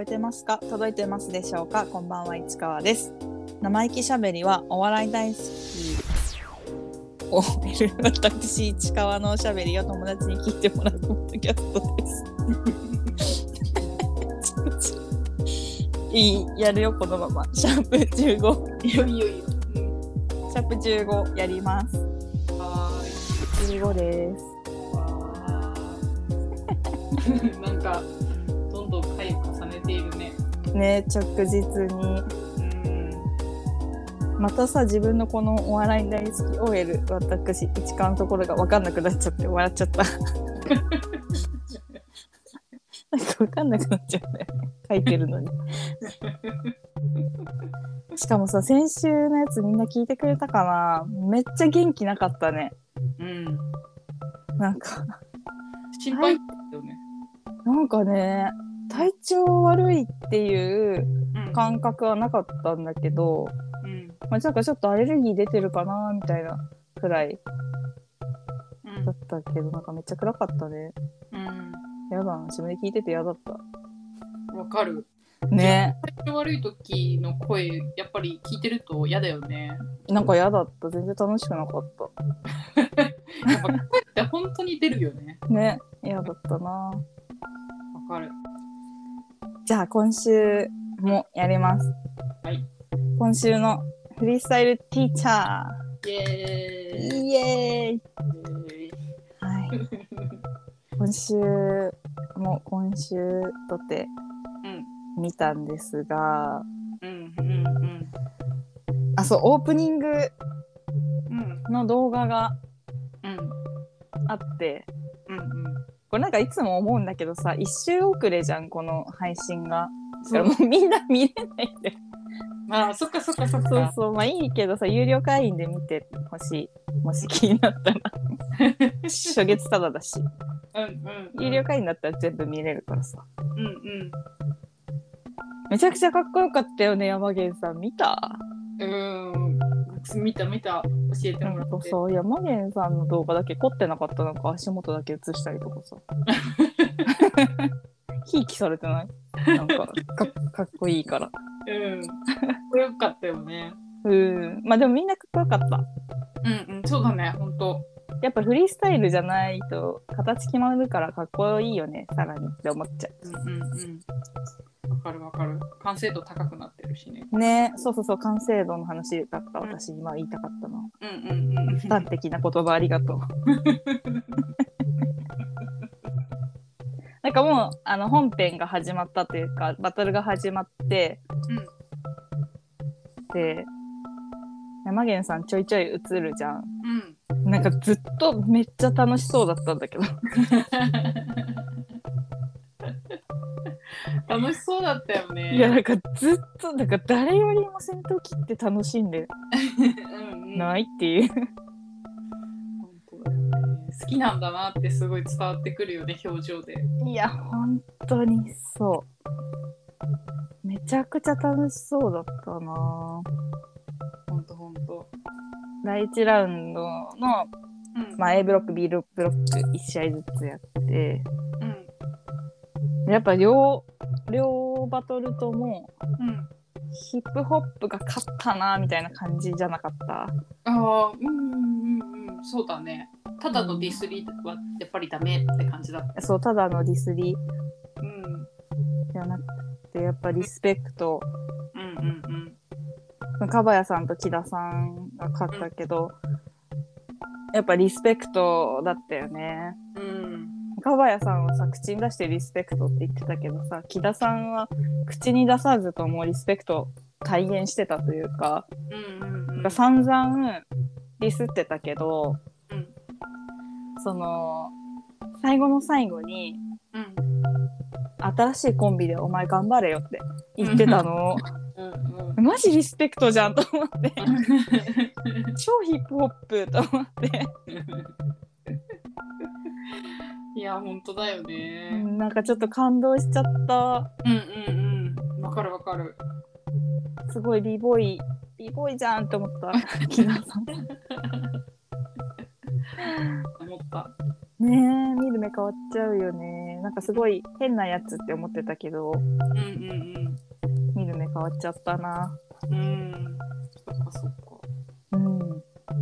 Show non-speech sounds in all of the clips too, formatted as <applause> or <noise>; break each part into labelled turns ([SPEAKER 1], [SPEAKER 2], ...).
[SPEAKER 1] えてますか届いてますでしょうかこんばんは市川です生意気しゃべりはお笑い大好き OL 私市川のおしゃべりを友達に聞いてもらうポッドキャストです <laughs> いいやるよこのままシャープ15
[SPEAKER 2] いよいよいよ。うん。
[SPEAKER 1] シャープ15やります
[SPEAKER 2] はーい。
[SPEAKER 1] 15です
[SPEAKER 2] わーなんか、どんどん回を重ねているね。
[SPEAKER 1] ね着実に
[SPEAKER 2] うん。
[SPEAKER 1] またさ自分のこのお笑い大好き OL 私一貫のところが分かんなくなっちゃって笑っちゃったなんか分かんなくなっちゃうね書いてるのにしかもさ先週のやつみんな聞いてくれたかなめっちゃ元気なかったね
[SPEAKER 2] うん。
[SPEAKER 1] なんか
[SPEAKER 2] 心配だよね。
[SPEAKER 1] なんかね体調悪いっていう
[SPEAKER 2] うん
[SPEAKER 1] 感覚はなかったんだけど、
[SPEAKER 2] うん。
[SPEAKER 1] まあ、なんかちょっとアレルギー出てるかなみたいなくらい
[SPEAKER 2] うん
[SPEAKER 1] だったけどなんかめっちゃ暗かったねやだな自分で聞いててやだっ
[SPEAKER 2] うん。わかる。
[SPEAKER 1] たね
[SPEAKER 2] 体調悪い時の声、やっぱり聞いてると嫌だよね。
[SPEAKER 1] なんかやだった全然楽しくなかっ
[SPEAKER 2] やっぱ声って本当に出るよね。
[SPEAKER 1] たね嫌だったな
[SPEAKER 2] わかる。
[SPEAKER 1] じゃあ今週もやります
[SPEAKER 2] はい
[SPEAKER 1] 今週のフリースタイルティーチャ
[SPEAKER 2] イエ
[SPEAKER 1] ー
[SPEAKER 2] ーイ。
[SPEAKER 1] イエーイはい
[SPEAKER 2] <laughs>
[SPEAKER 1] 今週も今週とて
[SPEAKER 2] うん。
[SPEAKER 1] 見たんですが
[SPEAKER 2] うん。うん。うん。
[SPEAKER 1] あそうオープニング
[SPEAKER 2] うん。
[SPEAKER 1] の動画が
[SPEAKER 2] うん。
[SPEAKER 1] あって
[SPEAKER 2] うん。うん。
[SPEAKER 1] これなんかいつも思うんだけどさ一周遅れじゃんこの配信がだからも <laughs> うみんな見れないんだよ
[SPEAKER 2] ああ、そっかそっかそっ
[SPEAKER 1] そう
[SPEAKER 2] か。
[SPEAKER 1] そうまあいいけどさ有料会員で見てほしいもし気になったら初月タダだし
[SPEAKER 2] うんうんうん。
[SPEAKER 1] 有料会員だったら全部見れるからさ
[SPEAKER 2] うんうん。
[SPEAKER 1] めちゃくちゃかっこよかったよね山源さん見た
[SPEAKER 2] うーん。見た見た。教えて
[SPEAKER 1] なん
[SPEAKER 2] もら
[SPEAKER 1] か
[SPEAKER 2] って。
[SPEAKER 1] さ山源さんの動画だけ凝ってなかったなんか足元だけ映したりと <laughs> かさひいきされてないなんかか <laughs> かっこいいから
[SPEAKER 2] うん。これよかったよね。
[SPEAKER 1] うんまあでもみんなかっこよかった
[SPEAKER 2] うんうん。そうだね。本当。
[SPEAKER 1] やっぱフリースタイルじゃないと形決まるからかっこいいよねさらにって思っちゃ
[SPEAKER 2] うんうんうん。わかるわかる。完成度高くなってるしね。
[SPEAKER 1] うねそうそうそう完成度の話だった
[SPEAKER 2] うん
[SPEAKER 1] 私今言いたかったな
[SPEAKER 2] うんうんうん。
[SPEAKER 1] 端的な言葉ありがとう <laughs> なんかもうあの本編が始まったというかバトルが始まって、で山源さんちょいちょい映るじゃん
[SPEAKER 2] うん。
[SPEAKER 1] なんかずっとめっちゃ楽しそうだったんだけど
[SPEAKER 2] 楽しそうだったよね。
[SPEAKER 1] いやなんかずっとなんか誰よりも戦闘機って楽しんで
[SPEAKER 2] うんうん。
[SPEAKER 1] ないっていう
[SPEAKER 2] 本当だよね好きなんだなってすごい伝わってくるよね、表情で。
[SPEAKER 1] いや、本当にそう。めちゃくちゃ楽しそうだったな
[SPEAKER 2] 本当本当。
[SPEAKER 1] 第1ラウンドの、
[SPEAKER 2] うん。
[SPEAKER 1] まあ、A ブロック、B ブロック1試合ずつやって、
[SPEAKER 2] うん。
[SPEAKER 1] やっぱ両、両バトルとも
[SPEAKER 2] うん。
[SPEAKER 1] ヒップホップが勝ったなみたいな感じじゃなかった。
[SPEAKER 2] ああ、うんうんうん、そうだね。ただのディスリはやっぱりダメって感じだった。
[SPEAKER 1] そう、ただのディスり
[SPEAKER 2] うん、うん
[SPEAKER 1] じゃなくて、やっぱリスペクト。
[SPEAKER 2] うんうん。
[SPEAKER 1] 樺谷さんと木田さんが勝ったけど、やっぱリスペクトだったよね。
[SPEAKER 2] うん、
[SPEAKER 1] 若林さんはさ口に出してリスペクトって言ってたけどさ木田さんは口に出さずともリスペクトを体現してたというか
[SPEAKER 2] うんうんう
[SPEAKER 1] な
[SPEAKER 2] ん
[SPEAKER 1] んか散々ディスってたけど
[SPEAKER 2] うん
[SPEAKER 1] その最後の最後に
[SPEAKER 2] うん
[SPEAKER 1] 新しいコンビでお前頑張れよって言ってたのを
[SPEAKER 2] うんうん
[SPEAKER 1] マジリスペクトじゃんと思って
[SPEAKER 2] う
[SPEAKER 1] 超ヒップホップと思って
[SPEAKER 2] んいや、本当だよね。
[SPEAKER 1] なんかちょっと感動しちゃった
[SPEAKER 2] うんうんうん。わかるわかる。
[SPEAKER 1] すごい b ボーイ b ボーイじゃんって思った木田さん
[SPEAKER 2] 思った。
[SPEAKER 1] ねえ見る目変わっちゃうよねなんかすごい変なやつって思ってたけど
[SPEAKER 2] うんうん
[SPEAKER 1] 見る目変わっちゃったな
[SPEAKER 2] うん。うん。そっかそっか。
[SPEAKER 1] うんよかっ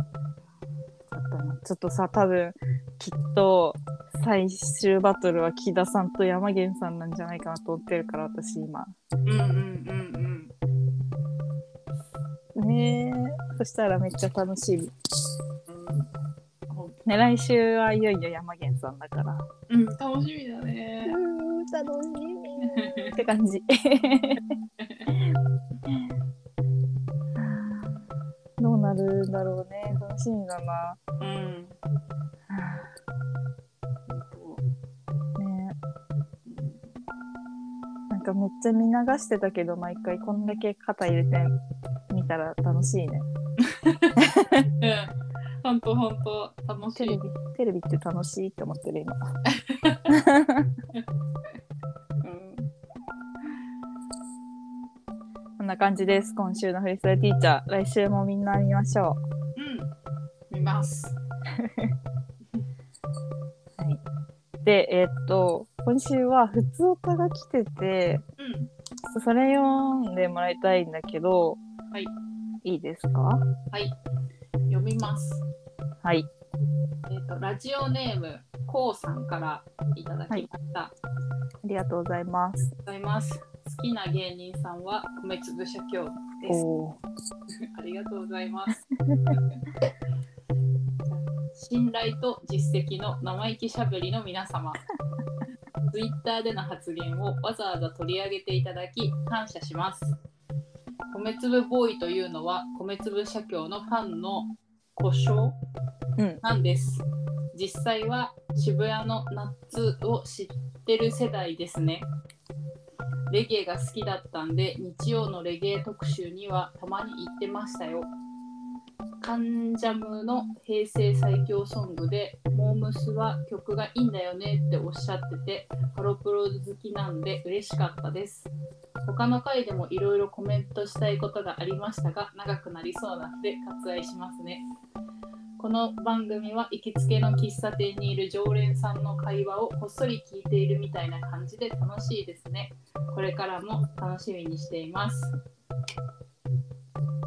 [SPEAKER 1] たなちょっとさ多分きっと最終バトルは木田さんと山源さんなんじゃないかなと思ってるから私今
[SPEAKER 2] うんうんうん
[SPEAKER 1] ねえそしたらめっちゃ楽しみ
[SPEAKER 2] うん。うん
[SPEAKER 1] ね来週はいよいよ山源さんだから
[SPEAKER 2] うん、楽しみだね。
[SPEAKER 1] ん楽しみって感じ <laughs> どうなるんだろうね楽しみだな
[SPEAKER 2] うん。
[SPEAKER 1] ねなんかめっちゃ見流してたけど毎回こんだけ肩入れて見たら楽しいね
[SPEAKER 2] うん。本当本当楽し
[SPEAKER 1] テレ
[SPEAKER 2] い
[SPEAKER 1] ビ。テレビって楽しいって思ってる今
[SPEAKER 2] うん。
[SPEAKER 1] こんな感じです今週のフリースタイルティーチャー来週もみんな見ましょう
[SPEAKER 2] うん。見ます。
[SPEAKER 1] で、えーっと、今週は、普通歌が来てて、
[SPEAKER 2] うん。
[SPEAKER 1] それ読んでもらいたいんだけど、
[SPEAKER 2] はい。
[SPEAKER 1] いいですか
[SPEAKER 2] はい。読みます。
[SPEAKER 1] はい。
[SPEAKER 2] えっ、と、ラジオネーム、こうさんからいただきました。
[SPEAKER 1] ありがとうございます。
[SPEAKER 2] ございます。好きな芸人さんは米粒社協です。
[SPEAKER 1] おー
[SPEAKER 2] ありがとうございます。信頼と実績の生意気しゃべりの皆様。ツイッターでの発言をわざわざ取り上げていただき感謝します。米粒ボーイというのは米粒社協のファンの故障
[SPEAKER 1] うん
[SPEAKER 2] なんです。実際は渋谷のナッツを知ってる世代ですね。レゲエが好きだったんで日曜のレゲエ特集にはたまに行ってましたよ。カンジャムの平成最強ソングでモームスは曲がいいんだよねっておっしゃっててハロプロ好きなんで嬉しかったです。他の回でもいろいろコメントしたいことがありましたが長くなりそうなので割愛しますね。この番組は行きつけの喫茶店にいる常連さんの会話をこっそり聞いているみたいな感じで楽しいですね。これからも楽しみにしています。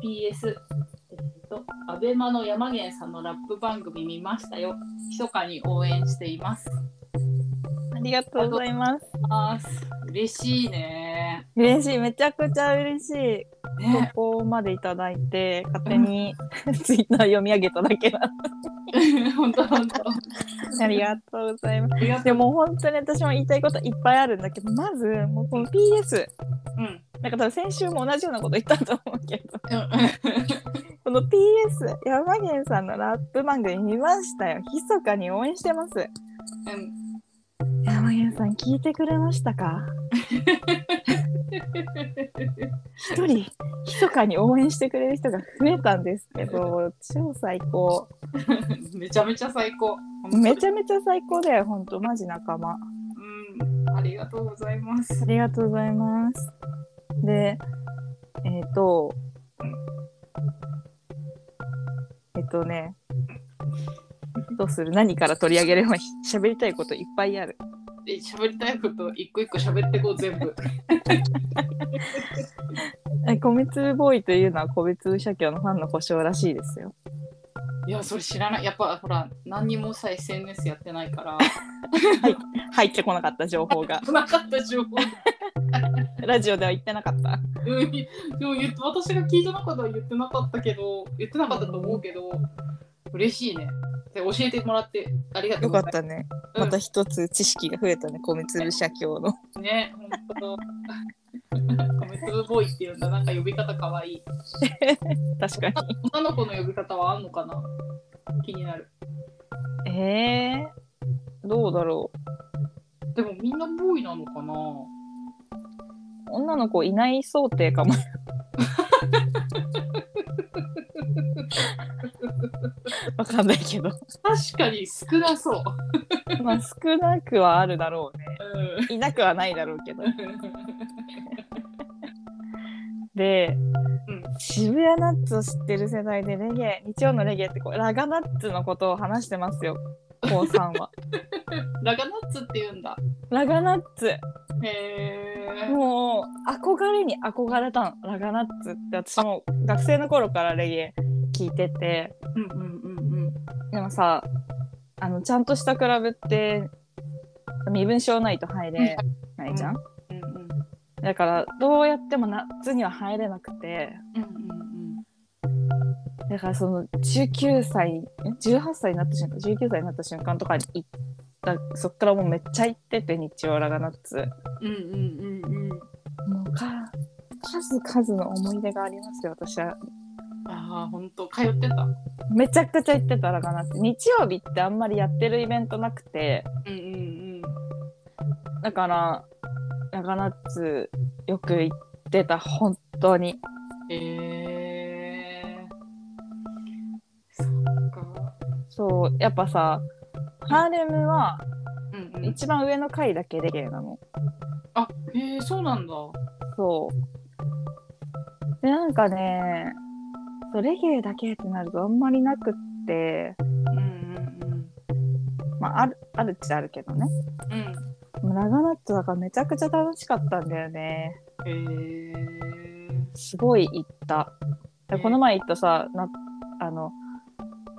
[SPEAKER 2] PS、えっと、アベマの山源さんのラップ番組見ましたよ。密かに応援しています。
[SPEAKER 1] ありがとうございます。
[SPEAKER 2] あー嬉しいね。
[SPEAKER 1] 嬉しい。めちゃくちゃ嬉しい。
[SPEAKER 2] ね
[SPEAKER 1] <laughs> ここまでいただいて、勝手に <laughs> ツイッター読み上げただけな
[SPEAKER 2] 本当本当。
[SPEAKER 1] の。ありがとうございます。
[SPEAKER 2] ありがと
[SPEAKER 1] でも本当に私も言いたいこといっぱいあるんだけど、まず、もうこの PS。
[SPEAKER 2] う。うん。
[SPEAKER 1] なんか多分先週も同じようなこと言ったと思うけど。
[SPEAKER 2] うん
[SPEAKER 1] この PS 山源さんのラップ番組見ましたよ密かに応援してます
[SPEAKER 2] うん。
[SPEAKER 1] 山源さん聞いてくれましたか一人密かに応援してくれる人が増えたんですけど超最高
[SPEAKER 2] <laughs> めちゃめちゃ最高。
[SPEAKER 1] めちゃめちゃ最高だよほんとマジ仲間あ
[SPEAKER 2] うん。ありがとうございます。
[SPEAKER 1] りがとうございますでえっ、とえっ、とねどうする何から取り上げればいい喋りたいこといっぱいある
[SPEAKER 2] え喋りたいこと一個一個喋ってこう全部。
[SPEAKER 1] え米粒ボーイというのは個別社協のファンの故障らしいですよ。
[SPEAKER 2] いや、それ知らない。やっぱほら、何にもさ、SNS やってないから、。
[SPEAKER 1] 入ってこなかった情報が
[SPEAKER 2] なかった情報。
[SPEAKER 1] ラジオでは言ってなかった。
[SPEAKER 2] うん、でも言って私が聞いてなかったら言ってなかったけど、言ってなかったと思うけど、嬉しいね。で教えてもらってありがとう
[SPEAKER 1] よ
[SPEAKER 2] ご
[SPEAKER 1] か
[SPEAKER 2] ざい
[SPEAKER 1] っ
[SPEAKER 2] ます。
[SPEAKER 1] たね。
[SPEAKER 2] うん
[SPEAKER 1] また一つ知識が増えたね、米粒社協の。
[SPEAKER 2] ね、本当。米粒ボーイっていうんだ。なんか呼び方かわいい。
[SPEAKER 1] 確かに。
[SPEAKER 2] 女の子の呼び方はあんのかな気になる。
[SPEAKER 1] えー、どうだろ
[SPEAKER 2] でもみんなボーイなのかな
[SPEAKER 1] う。女の子いない想定 <laughs> かも。わかんないけど。
[SPEAKER 2] 確かに少なそう。
[SPEAKER 1] まあ少なくはあるだろうね。
[SPEAKER 2] う
[SPEAKER 1] いなくはないだろうけど。
[SPEAKER 2] ん。
[SPEAKER 1] で、
[SPEAKER 2] うん
[SPEAKER 1] 渋谷ナッツを知ってる世代でレゲエ日曜のレゲエってこうラガナッツのことを話してますよ高3は <laughs>
[SPEAKER 2] ラガナッツって言うんだ。
[SPEAKER 1] ラガナッツ
[SPEAKER 2] へー
[SPEAKER 1] もう憧れに憧れたのラガナッツって私も学生の頃からレゲエ聞いてて
[SPEAKER 2] うんうんうんうん。
[SPEAKER 1] でもさあのちゃんとしたクラブって身分証ないと入れないじゃん、
[SPEAKER 2] うんうん
[SPEAKER 1] だからどうやっても夏には入れなくて
[SPEAKER 2] うんうん
[SPEAKER 1] だからその19歳ん18歳になった瞬間19歳になった瞬間とかに行ったそっからもうめっちゃ行ってて日曜ラガナッツ
[SPEAKER 2] うんうんうんうんうん。
[SPEAKER 1] もうか数々の思い出がありますよ私は
[SPEAKER 2] ああ、本当通ってた。
[SPEAKER 1] めちゃくちゃ行ってたラガナッツ日曜日ってあんまりやってるイベントなくて
[SPEAKER 2] うんうん
[SPEAKER 1] だからラガナッツよく行ってた本当に
[SPEAKER 2] うん。へえ。そっか。
[SPEAKER 1] そうやっぱさハーレムは
[SPEAKER 2] うんうん。
[SPEAKER 1] 一番上の階だけレゲエなの
[SPEAKER 2] あ、へえ、そうなんだ。
[SPEAKER 1] そう。で、なんかね、そうレゲエだけってなるとあんまりなくって、
[SPEAKER 2] うんうん
[SPEAKER 1] まあ、ある、あるっちゃあるけどね。
[SPEAKER 2] うん。う
[SPEAKER 1] も
[SPEAKER 2] ん。
[SPEAKER 1] う長ナッツだからめちゃくちゃ楽しかったんだよね。
[SPEAKER 2] へえ。
[SPEAKER 1] すごい行った。でこの前行ったさ、な、あの、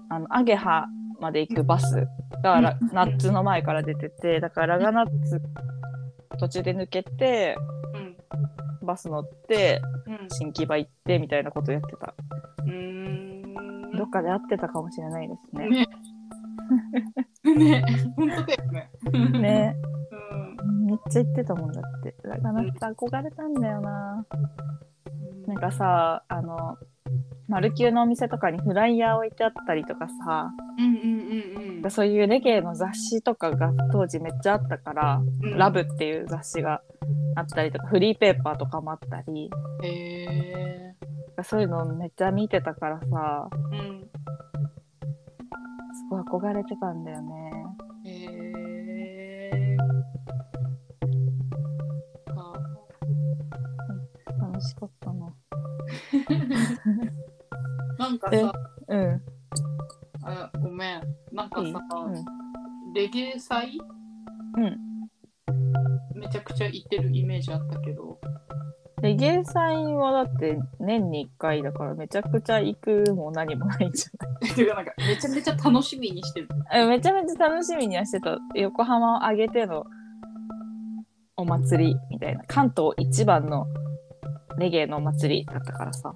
[SPEAKER 1] あの、アゲハまで行くバスがラ
[SPEAKER 2] うん
[SPEAKER 1] ナッツの前から出てて、だからラガナッツ途中で抜けて、
[SPEAKER 2] うん
[SPEAKER 1] バス乗って、
[SPEAKER 2] うん。
[SPEAKER 1] 新木場行ってみたいなことやってた。
[SPEAKER 2] うーん
[SPEAKER 1] どっかで会ってたかもしれないですね。
[SPEAKER 2] ね。ね、本当だよね。
[SPEAKER 1] ね
[SPEAKER 2] うん。
[SPEAKER 1] めっちゃ言ってたもんだってだからなんか憧れたんだよななんかさあのマルキューのお店とかにフライヤー置いてあったりとかさ
[SPEAKER 2] うんうんうん
[SPEAKER 1] そういうレゲエの雑誌とかが当時めっちゃあったから「
[SPEAKER 2] うん。
[SPEAKER 1] ラブ」っていう雑誌があったりとかフリーペーパーとかもあったり
[SPEAKER 2] へえ。
[SPEAKER 1] そういうのめっちゃ見てたからさ
[SPEAKER 2] うん。
[SPEAKER 1] すごい憧れてたんだよね
[SPEAKER 2] へえ。あ
[SPEAKER 1] 楽しかったな
[SPEAKER 2] なんか
[SPEAKER 1] え
[SPEAKER 2] さ、
[SPEAKER 1] うん
[SPEAKER 2] あごめん。なんか
[SPEAKER 1] いい
[SPEAKER 2] さ、レゲエ祭
[SPEAKER 1] うん、うん、
[SPEAKER 2] めちゃくちゃ行ってるイメージあったけど。 <laughs>
[SPEAKER 1] レゲエ祭はだって年に1回だからめちゃくちゃ行くも何もないじゃん
[SPEAKER 2] ていうかなんかめちゃめちゃ楽しみにしてる。
[SPEAKER 1] えめちゃめちゃ楽しみにはしてた横浜を挙げてのお祭りみたいな関東一番のレゲエのお祭りだったからさ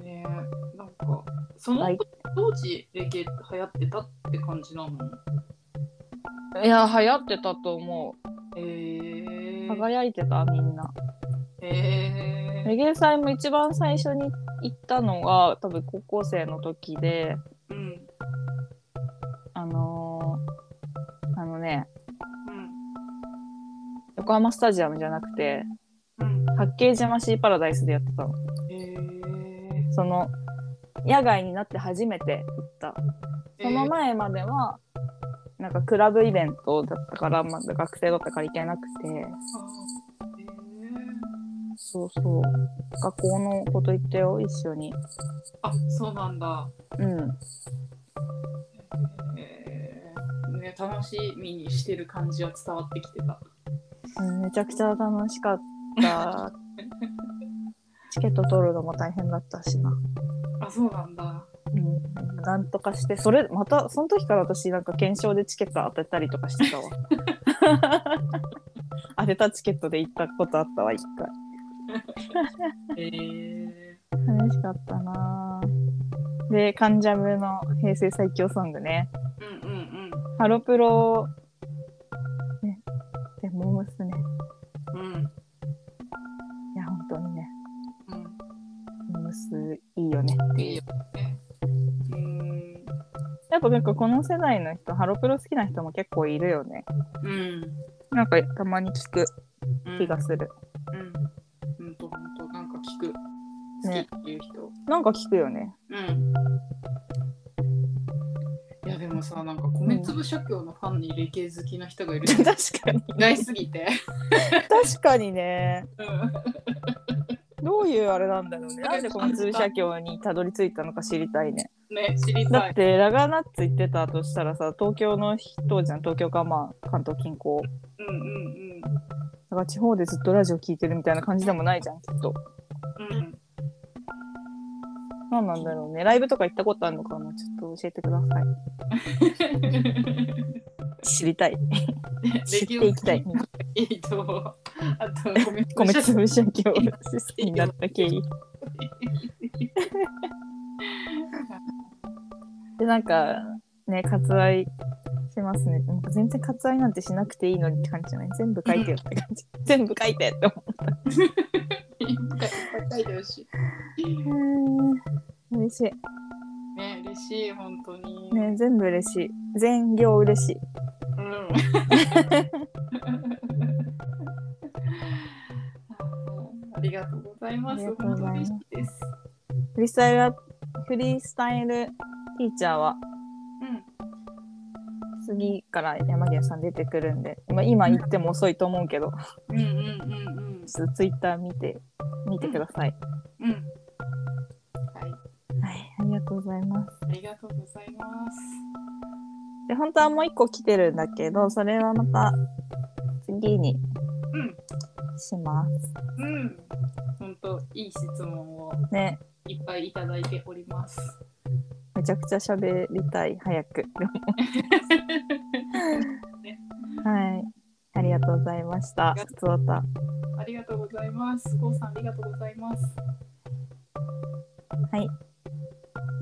[SPEAKER 2] ねえなんかその
[SPEAKER 1] はい
[SPEAKER 2] 当時レゲエ流行ってたって感じなの
[SPEAKER 1] いや流行ってたと思
[SPEAKER 2] へ
[SPEAKER 1] う
[SPEAKER 2] え
[SPEAKER 1] 輝いてたみんな
[SPEAKER 2] へえ
[SPEAKER 1] レゲエ祭も一番最初に行ったのが多分高校生の時で
[SPEAKER 2] うん
[SPEAKER 1] あのーあのね
[SPEAKER 2] うん
[SPEAKER 1] 横浜スタジアムじゃなくて
[SPEAKER 2] うん
[SPEAKER 1] 八景島シーパラダイスでやってたの
[SPEAKER 2] へ
[SPEAKER 1] その野外になって初めて行った
[SPEAKER 2] え
[SPEAKER 1] その前までは、なんかクラブイベントだったから、まだ学生だったから行けなくて、
[SPEAKER 2] へえ
[SPEAKER 1] そうそう、学校のこと言ったよ、一緒に。
[SPEAKER 2] あそうなんだ
[SPEAKER 1] うん、
[SPEAKER 2] へえね楽しみにしてる感じは伝わってきてた
[SPEAKER 1] うん、めちゃくちゃ楽しか <laughs> った。チケット取るのも大変だったしな。
[SPEAKER 2] あそうなんだ
[SPEAKER 1] うん、なんとかして、それ、また、その時から私、なんか検証でチケット当てたりとか <laughs> してたわ。当てたチケットで行ったことあったわ、一回。
[SPEAKER 2] へえ
[SPEAKER 1] 楽しかったなぁで、カンジャムの平成最強ソングね。
[SPEAKER 2] うんうん
[SPEAKER 1] ハロプロ、ね、でも娘。い
[SPEAKER 2] うんうん
[SPEAKER 1] や、本当にね、
[SPEAKER 2] うん
[SPEAKER 1] モモスいいよねって
[SPEAKER 2] いい
[SPEAKER 1] いう
[SPEAKER 2] よ。ねうん
[SPEAKER 1] やっぱ結構この世代の人、ハロプロ好きな人も結構いるよね。
[SPEAKER 2] うん
[SPEAKER 1] なんかたまに聞く
[SPEAKER 2] うん
[SPEAKER 1] 気がする。
[SPEAKER 2] うん。本当本当なんか聞く。好き
[SPEAKER 1] ね
[SPEAKER 2] っていう人。
[SPEAKER 1] なんか聞くよね。 <laughs>
[SPEAKER 2] うん。いやでもさなんか米粒社協のファンにレゲエ好きな人がいる。
[SPEAKER 1] 確かに。
[SPEAKER 2] 意外すぎて。
[SPEAKER 1] 確かにね。
[SPEAKER 2] うん。
[SPEAKER 1] どどういうあれなんだろうね。なんでこの通社協にたどり着いたのか知りたいね。
[SPEAKER 2] ね、知りた
[SPEAKER 1] <laughs> だっ
[SPEAKER 2] い。
[SPEAKER 1] てラガーナッツ行ってたとしたらさ、東京の人じゃん、東京かまあ関東近郊。
[SPEAKER 2] うんうん
[SPEAKER 1] だから地方でずっとラジオ聞いてるみたいな感じでもないじゃん、きっと。
[SPEAKER 2] うん。うん。
[SPEAKER 1] なんなんだろうね。ライブとか行ったことあるのかも、ちょっと教えてください。知りたい。知っていきたい。
[SPEAKER 2] <laughs> いいと思う。あと、
[SPEAKER 1] 米
[SPEAKER 2] 社
[SPEAKER 1] 粒社協好きになった経緯。で、なんか、ね、割愛しますね。なんか全然割愛なんてしなくていいのにって感じじゃない全部書いてよって感じ。全部書いてって思
[SPEAKER 2] いっぱい書いてほしい。
[SPEAKER 1] う。嬉しい。
[SPEAKER 2] ね、嬉しい、本当に。
[SPEAKER 1] ね、全部嬉しい。全行嬉しい。
[SPEAKER 2] うん。ありがとうございます。
[SPEAKER 1] ありがとう
[SPEAKER 2] 本
[SPEAKER 1] ご
[SPEAKER 2] 当
[SPEAKER 1] ざいま
[SPEAKER 2] に嬉
[SPEAKER 1] す
[SPEAKER 2] しいです。
[SPEAKER 1] フリースタイルは、フリースタイルティーチャーは、
[SPEAKER 2] うん。
[SPEAKER 1] 次から山際さん出てくるんで、まあ、今言っても遅いと思うけど、
[SPEAKER 2] うんうんうんうん。
[SPEAKER 1] ちょっとツイッター見て、見てください。
[SPEAKER 2] うん。はい。
[SPEAKER 1] はい、ありがとうございます。
[SPEAKER 2] ありがとうございます。
[SPEAKER 1] で、本当はもう一個来てるんだけど、それはまた次に
[SPEAKER 2] うん。
[SPEAKER 1] します。
[SPEAKER 2] うん。本当いい質問を
[SPEAKER 1] ね、
[SPEAKER 2] いっぱいいただいております。
[SPEAKER 1] めちゃくちゃ喋りたい、早 <laughs> く。はい。ありがとうございました。ふつおた。
[SPEAKER 2] ありがとうございます。こうさんありがとうございます。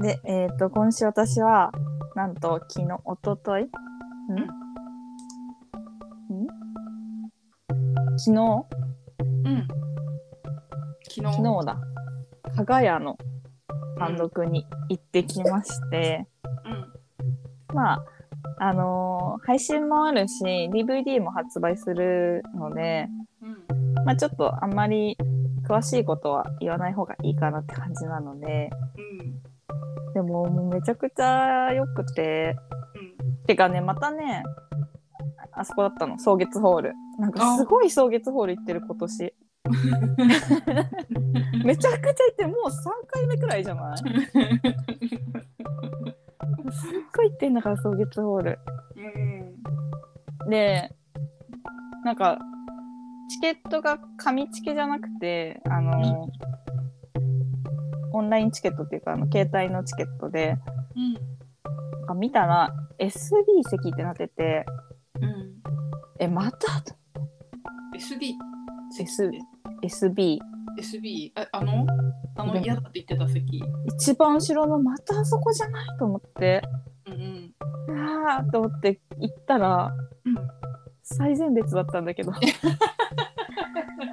[SPEAKER 1] で、えっ、と、今週私は、なんと、昨日、おとといんん昨日
[SPEAKER 2] うん。昨日。
[SPEAKER 1] 昨日だ。加賀屋の単独に行ってきまして、
[SPEAKER 2] うん。
[SPEAKER 1] まあ、あのー配信もあるし、DVD も発売するので、
[SPEAKER 2] うん。
[SPEAKER 1] まあちょっとあんまり詳しいことは言わない方がいいかなって感じなので、
[SPEAKER 2] うん。
[SPEAKER 1] でももうめちゃくちゃ良くて、てかね、またね、あそこだったの、草月ホール。なんかすごい草月ホール行ってる今 <laughs> 年。めちゃくちゃ行って、もう3回目くらいじゃないすっごい行ってんだから、草月ホール。
[SPEAKER 2] うん。
[SPEAKER 1] で、なんか、チケットが紙チケじゃなくて、あの、オンラインチケットっていうか、あの、携帯のチケットで、
[SPEAKER 2] うん。
[SPEAKER 1] なんか見たら、SB 席ってなってて、
[SPEAKER 2] うん。
[SPEAKER 1] え、また
[SPEAKER 2] SD。
[SPEAKER 1] S ?SB。
[SPEAKER 2] SB。あ、あのあの
[SPEAKER 1] でも
[SPEAKER 2] 嫌だって言ってた席。
[SPEAKER 1] 一番後ろのまたあそこじゃないと思って、
[SPEAKER 2] うんうん。
[SPEAKER 1] あーと思って行ったら、
[SPEAKER 2] うん。
[SPEAKER 1] 最前列だったんだけど。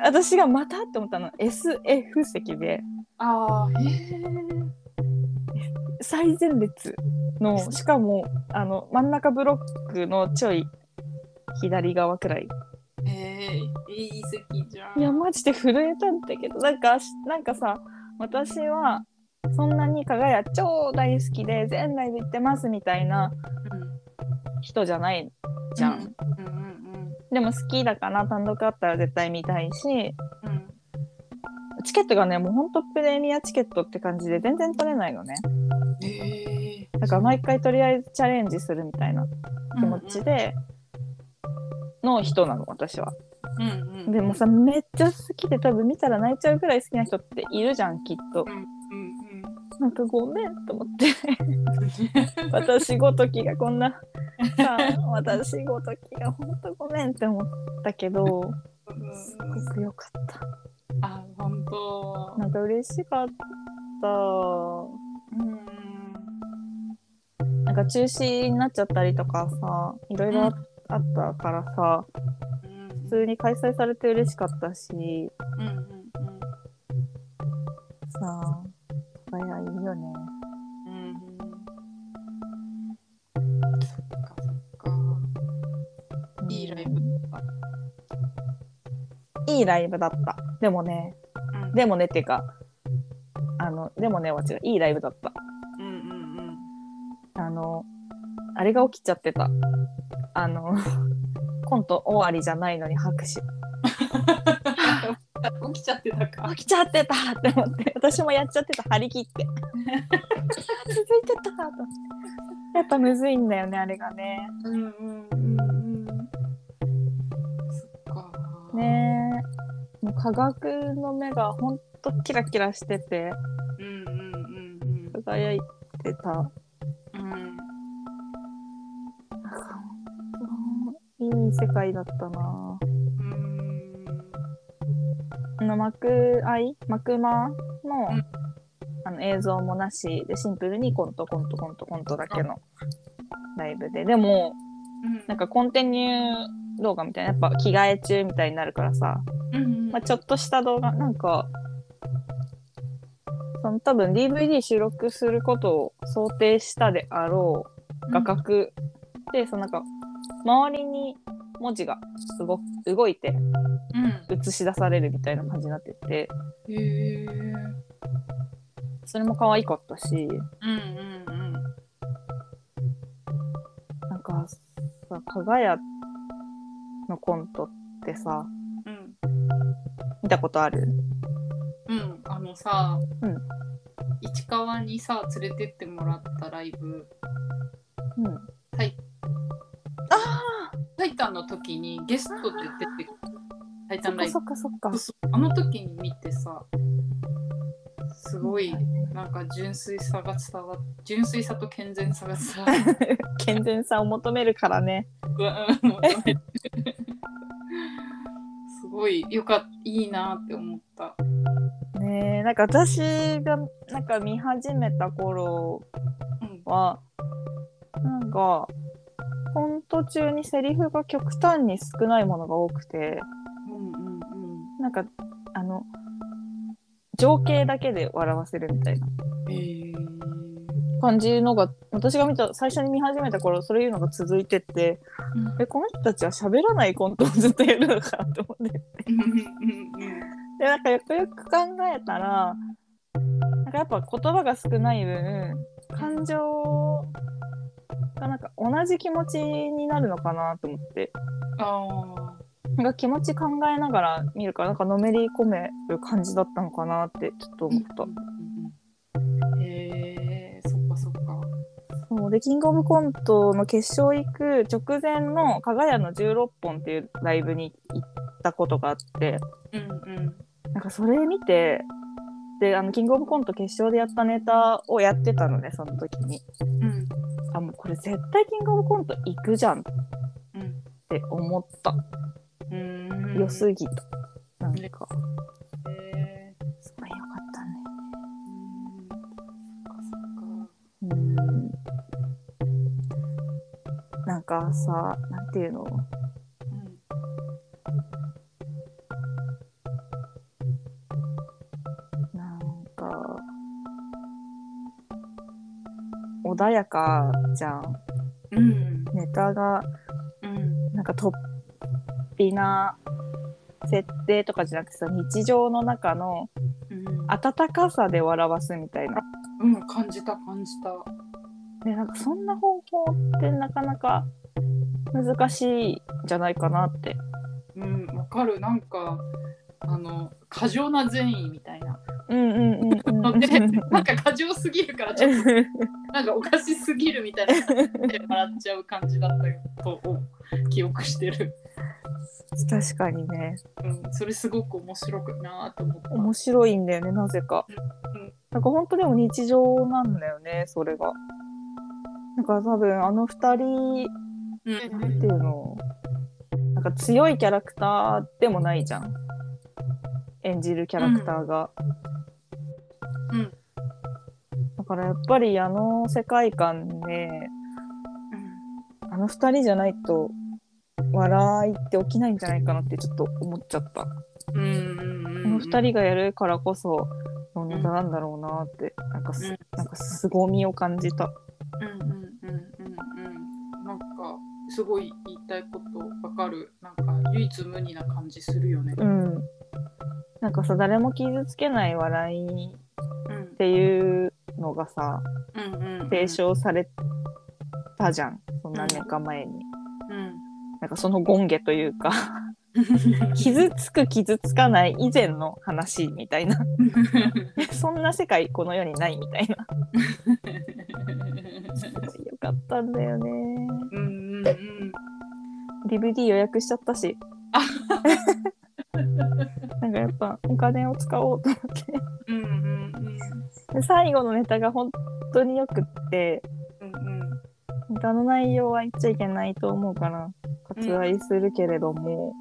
[SPEAKER 1] 私がまたって思ったの、SF 席で。
[SPEAKER 2] ああ、へえ。
[SPEAKER 1] 最前列のしかもあの真ん中ブロックのちょい左側くらい
[SPEAKER 2] えー、いい席じゃん。
[SPEAKER 1] いやマジで震えたんだけどなんかしなんかさ私はそんなに加賀屋超大好きで全ライブ行ってますみたいな
[SPEAKER 2] うん、
[SPEAKER 1] 人じゃないじゃん、。
[SPEAKER 2] うんうん
[SPEAKER 1] でも好きだから単独あったら絶対見たいし
[SPEAKER 2] うん。うん
[SPEAKER 1] チケットがねもうほんとプレミアチケットって感じで全然取れないのね
[SPEAKER 2] え
[SPEAKER 1] だから毎回とりあえずチャレンジするみたいな
[SPEAKER 2] ー、
[SPEAKER 1] 気持ちでの人なの私は
[SPEAKER 2] うんうん。
[SPEAKER 1] でもさめっちゃ好きで多分見たら泣いちゃうくらい好きな人っているじゃんきっと
[SPEAKER 2] うんうん。
[SPEAKER 1] なんかごめんと思って私ごときがこんなさ私ごときがほんとごめんって思ったけどす
[SPEAKER 2] うん
[SPEAKER 1] ごく良かっ
[SPEAKER 2] あ、本当
[SPEAKER 1] た。なんか嬉しかった
[SPEAKER 2] うん。
[SPEAKER 1] なんか中止になっちゃったりとかさいろいろああったからさ
[SPEAKER 2] うん
[SPEAKER 1] 普通に開催されて嬉しかったし
[SPEAKER 2] うんうん
[SPEAKER 1] さあいやいいよね
[SPEAKER 2] うん。うん。そっかそっか。いいライブだっ
[SPEAKER 1] いいライブだった。でもね、
[SPEAKER 2] た。うん
[SPEAKER 1] でもねっていうか、あの、でもねは違う、いいライブだった。
[SPEAKER 2] うんうんうん。
[SPEAKER 1] あの、あれが起きちゃってた。 <laughs> あの、コント終わりじゃないのに拍手。
[SPEAKER 2] 起きちゃってたか。
[SPEAKER 1] 起きちゃってたって思って私もやっちゃってた張り切って <laughs> あ続いてたと思ってやっぱむずいんだよねあれがね
[SPEAKER 2] うんうんうんうん。そっか。
[SPEAKER 1] ねえもう科学の目がほんとキラキラしてて
[SPEAKER 2] うんうんうん
[SPEAKER 1] 輝いてた
[SPEAKER 2] うん。うん。
[SPEAKER 1] いい世界だったな
[SPEAKER 2] うん。
[SPEAKER 1] あの幕愛幕間の,、
[SPEAKER 2] うん
[SPEAKER 1] あの映像もなしでシンプルにコントコントコントコントだけのライブででもなんかコンティニュー動画みたいなやっぱ着替え中みたいになるからさ、
[SPEAKER 2] うん、
[SPEAKER 1] まあ、ちょっとした動画なんかその多分 DVD 収録することを想定したであろう画角、でそのなんか周りに文字が動動いて
[SPEAKER 2] うん。
[SPEAKER 1] 映し出されるみたいな感じになってて
[SPEAKER 2] へえ。
[SPEAKER 1] それも可愛かったし
[SPEAKER 2] うんうんうん。
[SPEAKER 1] なんかさ加賀屋のコントってさ
[SPEAKER 2] うん。
[SPEAKER 1] 見たことある
[SPEAKER 2] うん。あのさ、
[SPEAKER 1] うん
[SPEAKER 2] 市川にさ、連れてってもらったライブ、
[SPEAKER 1] うん
[SPEAKER 2] はい
[SPEAKER 1] あ
[SPEAKER 2] タイタンの時にゲストで出てくる、タイ
[SPEAKER 1] あ
[SPEAKER 2] タ
[SPEAKER 1] そ
[SPEAKER 2] ン
[SPEAKER 1] っ
[SPEAKER 2] ラ
[SPEAKER 1] か
[SPEAKER 2] イ
[SPEAKER 1] そっ
[SPEAKER 2] ブ。
[SPEAKER 1] かそっか
[SPEAKER 2] そうあの時に見てさ、すごい、なんか純粋さが伝わっ純粋さと健全さが伝わっ
[SPEAKER 1] <laughs> 健全さを求めるからね
[SPEAKER 2] うんうん求めてすごいよかったいいなって思った。
[SPEAKER 1] ねえなんか私がなんか見始めた頃
[SPEAKER 2] うん
[SPEAKER 1] はなんかコント中にセリフが極端に少ないものが多くて
[SPEAKER 2] うんうんうん
[SPEAKER 1] なんかあの情景だけで笑わせるみたいな
[SPEAKER 2] へえ
[SPEAKER 1] 感じのが私が見た最初に見始めた頃それいうのが続いてってえこの人たちは喋らないコントをずっとやるのかなって思って
[SPEAKER 2] うんうんうん
[SPEAKER 1] でなんかよくよく考えたらなんかやっぱ言葉が少ない分感情がなんか同じ気持ちになるのかなと思って
[SPEAKER 2] あ
[SPEAKER 1] なんか気持ち考えながら見るからなんかのめり込める感じだったのかなってちょっと思っ
[SPEAKER 2] あ。へえそっかそっか。
[SPEAKER 1] た、そうでキングオブコントの決勝行く直前の加賀屋の16本っていうライブに行ったことがあって
[SPEAKER 2] うんうん
[SPEAKER 1] なんかそれ見てであのキングオブコント決勝でやったネタをやってたのねその時に。
[SPEAKER 2] うん
[SPEAKER 1] あもうこれ絶対キングオブコント行くじゃんっ
[SPEAKER 2] うん
[SPEAKER 1] て思った、
[SPEAKER 2] うん。
[SPEAKER 1] 良
[SPEAKER 2] へ
[SPEAKER 1] すぎたなんか
[SPEAKER 2] え
[SPEAKER 1] すごい良かったね
[SPEAKER 2] うんそっかそっか
[SPEAKER 1] うんなんかさなんていうの
[SPEAKER 2] うん
[SPEAKER 1] なんか穏やかじゃん
[SPEAKER 2] うん
[SPEAKER 1] ネタが
[SPEAKER 2] うん
[SPEAKER 1] なんか突飛な設定とかじゃなくてさ日常の中の
[SPEAKER 2] うん
[SPEAKER 1] 温かさで笑わすみたいな
[SPEAKER 2] うん感じた感じた。
[SPEAKER 1] ね、なんかそんな方法ってなかなか難しいんじゃないかなって。
[SPEAKER 2] うん、わかる。なんか、あの、過剰な善意みたいな。
[SPEAKER 1] うんうんうんうん
[SPEAKER 2] ので、
[SPEAKER 1] <laughs>
[SPEAKER 2] なんか過剰すぎるから、ちょっと、なんかおかしすぎるみたいな感じで笑っちゃう感じだったと、記憶してる。
[SPEAKER 1] 確かにね
[SPEAKER 2] うん、それすごく面白くなぁと思った。
[SPEAKER 1] 面白いんだよねなぜか
[SPEAKER 2] うん。
[SPEAKER 1] なんか本当でも日常なんだよねそれが。なんか多分あの二人
[SPEAKER 2] うん
[SPEAKER 1] なんていうのなんか強いキャラクターでもないじゃん演じるキャラクターが。
[SPEAKER 2] うん
[SPEAKER 1] だからやっぱりあの世界観で、あの二人じゃないと笑いって起きないんじゃないかなってちょっと思っちゃった。こ
[SPEAKER 2] うんうんうんうん
[SPEAKER 1] の二人がやるからこそのネタなんだろうなって、なんかす、
[SPEAKER 2] うん
[SPEAKER 1] なんか凄みを感じた。
[SPEAKER 2] うんうんうんうんうんなんかすごい言いたいことわかるなんか唯一無二な感じするよね
[SPEAKER 1] うん。なんかさ、誰も傷つけない笑いっ
[SPEAKER 2] うん
[SPEAKER 1] ていうのがさ、
[SPEAKER 2] うんうんうん
[SPEAKER 1] 提唱されたじゃん。そんな年間前に。
[SPEAKER 2] うん
[SPEAKER 1] なんかその権下というか、 <laughs> 傷つく傷つかない以前の話みたいな <laughs> そんな世界この世にないみたいな <laughs> よかったんだよね
[SPEAKER 2] うんうんうん。
[SPEAKER 1] DVD 予約しちゃったしなんかやっぱお金を使おうと思って
[SPEAKER 2] うんうんうん。
[SPEAKER 1] で最後のネタが本当によくって
[SPEAKER 2] うんうん。
[SPEAKER 1] ネタの内容は言っちゃいけないと思うから割愛するけれども、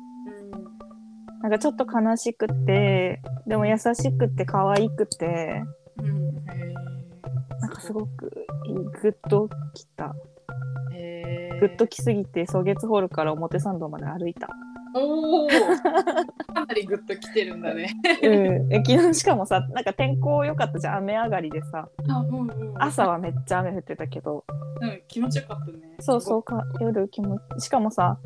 [SPEAKER 1] なんかちょっと悲しくてでも優しくて可愛くて
[SPEAKER 2] うん。へ
[SPEAKER 1] なんかすごくいいグッときた
[SPEAKER 2] ーへー
[SPEAKER 1] グッときすぎて草月ホールから表参道まで歩いた、
[SPEAKER 2] おお。かなりグッときてるんだね。
[SPEAKER 1] うん、え <laughs> 昨日しかもさなんか天候良かったじゃん雨上がりでさ
[SPEAKER 2] あ、うんうん。
[SPEAKER 1] 朝はめっちゃ雨降ってたけど
[SPEAKER 2] うん、気持ちよかったね。
[SPEAKER 1] そうそうか夜気持ちしかもさ